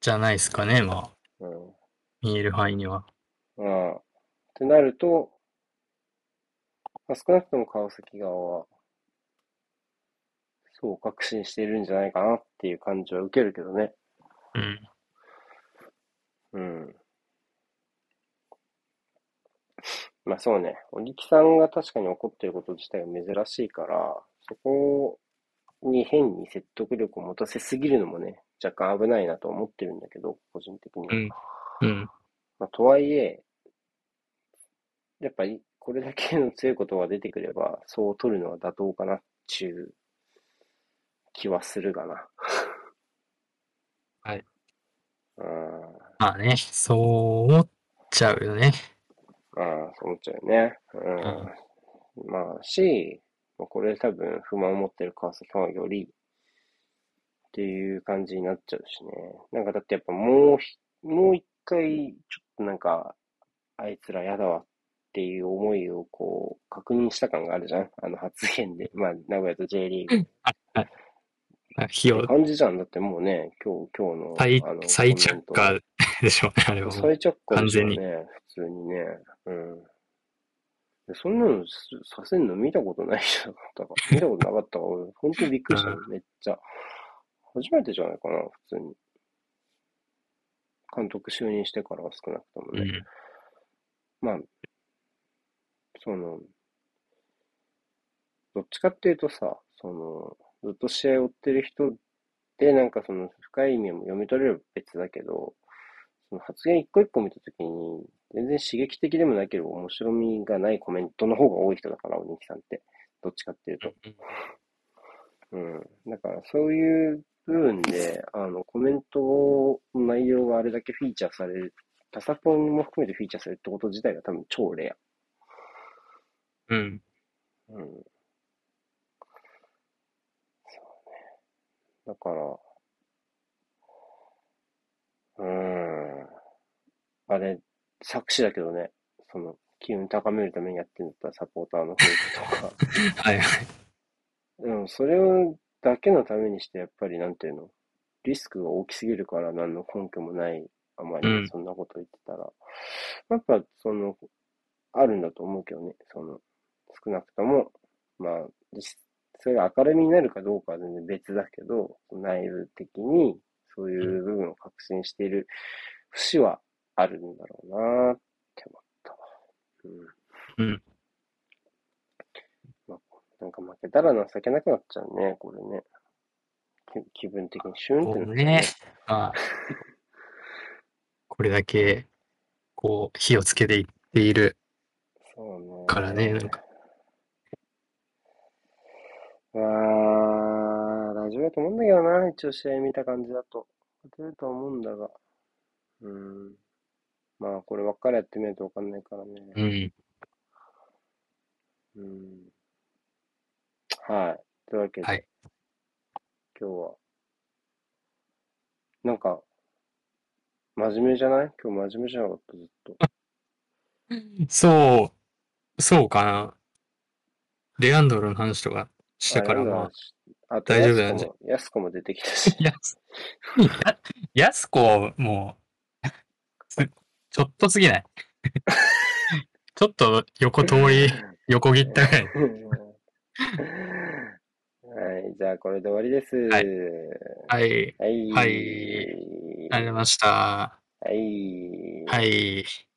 Speaker 2: じゃないですかね、まあ、
Speaker 1: うん。
Speaker 2: 見える範囲には。
Speaker 1: まあ、ってなると、まあ、少なくとも川崎側は、そう確信しているんじゃないかなっていう感じは受けるけどね。
Speaker 2: うん。
Speaker 1: うん。まあそうね、鬼木さんが確かに怒ってること自体が珍しいから、そこに変に説得力を持たせすぎるのもね、若干危ないなと思ってるんだけど、個人的には。
Speaker 2: うん。うん。
Speaker 1: まあ、とはいえ、やっぱりこれだけの強いことが出てくれば、そう取るのは妥当かなっていう気はするがな。
Speaker 2: はい。
Speaker 1: うん。あ
Speaker 2: まあね、そう思っちゃうよね。
Speaker 1: あ、そう思っちゃうよね。うん。まあ、し、まあこれ多分不満を持ってる川崎ファンより、っていう感じになっちゃうしね。なんかだってやっぱもうひ、もう一回、ちょっとなんか、あいつらやだわっていう思いをこう、確認した感があるじゃんあの発言で。まあ、名古屋と J リーグ。
Speaker 2: 費用、
Speaker 1: 感じじゃん。だってもうね、今日、今日の、
Speaker 2: 最
Speaker 1: あの、、
Speaker 2: 最着
Speaker 1: カ
Speaker 2: 火でしょうね、あれはもう。
Speaker 1: 再着火でしょう
Speaker 2: 完
Speaker 1: ね、普通にね。うん。でそんなのすさせんの見たことない人だったから、見たことなかったから、俺、本当にびっくりしたの、めっちゃ。初めてじゃないかな、普通に。監督就任してからは少なくとも
Speaker 2: う
Speaker 1: ね。
Speaker 2: ん。
Speaker 1: まあ、その、どっちかっていうとさ、その、ずっと試合を追ってる人で、なんかその深い意味も読み取れれば別だけど、その発言一個一個見たときに、全然刺激的でもなければ面白みがないコメントの方が多い人だから、鬼木さんって。どっちかっていうと。うん。だから、そういう部分で、あの、コメントの内容があれだけフィーチャーされる、パサポンも含めてフィーチャーされるってこと自体が多分超レア。
Speaker 2: うん。
Speaker 1: うん。そうね。だから、うーん。あれ、作詞だけどね、その、機運高めるためにやってんだったらサポーターの保育とか。
Speaker 2: はいはい。
Speaker 1: でもそれをだけのためにして、やっぱりなんていうの、リスクが大きすぎるから何の根拠もないあま
Speaker 2: う
Speaker 1: り
Speaker 2: ん
Speaker 1: そんなこと言ってたら。やっぱ、その、あるんだと思うけどね、その、少なくとも、まあ、実それが明るみになるかどうかは全然別だけど、内部的にそういう部分を確信している節はあるんだろうなって思ったわ。うん。
Speaker 2: うん
Speaker 1: まあ、なんか負けたら情けなくなっちゃうね、これね。気気分的にシュンってなっちゃう
Speaker 2: ね。まあ、これだけ、こう、火をつけていっている
Speaker 1: そうね。
Speaker 2: からね、なんか、
Speaker 1: まあ、大丈夫だと思うんだけどな、一応試合見た感じだと。勝てると思うんだが。うん。まあ、こればっかりやってみないとわかんないから
Speaker 2: う
Speaker 1: ね。
Speaker 2: ん。
Speaker 1: うん。はい。というわけで、
Speaker 2: はい
Speaker 1: 今日は、なんか、真面目じゃない今日真面目じゃなかった、ずっと。
Speaker 2: そう、そうかな。レアンドロの話とかした
Speaker 1: あ
Speaker 2: から、
Speaker 1: やだ
Speaker 2: まあ、
Speaker 1: あと、
Speaker 2: 大
Speaker 1: やす
Speaker 2: 丈夫
Speaker 1: こ
Speaker 2: なんじゃ
Speaker 1: も、やすこも出てきた し。
Speaker 2: やす、や、 やすこ、もう、つちょっとすぎない ちょっと横通 り、横切ったぐらい。
Speaker 1: はい、じゃあこれで終わりです。
Speaker 2: はいはい。
Speaker 1: はい。
Speaker 2: はいありがとうございました。
Speaker 1: はい。
Speaker 2: はい。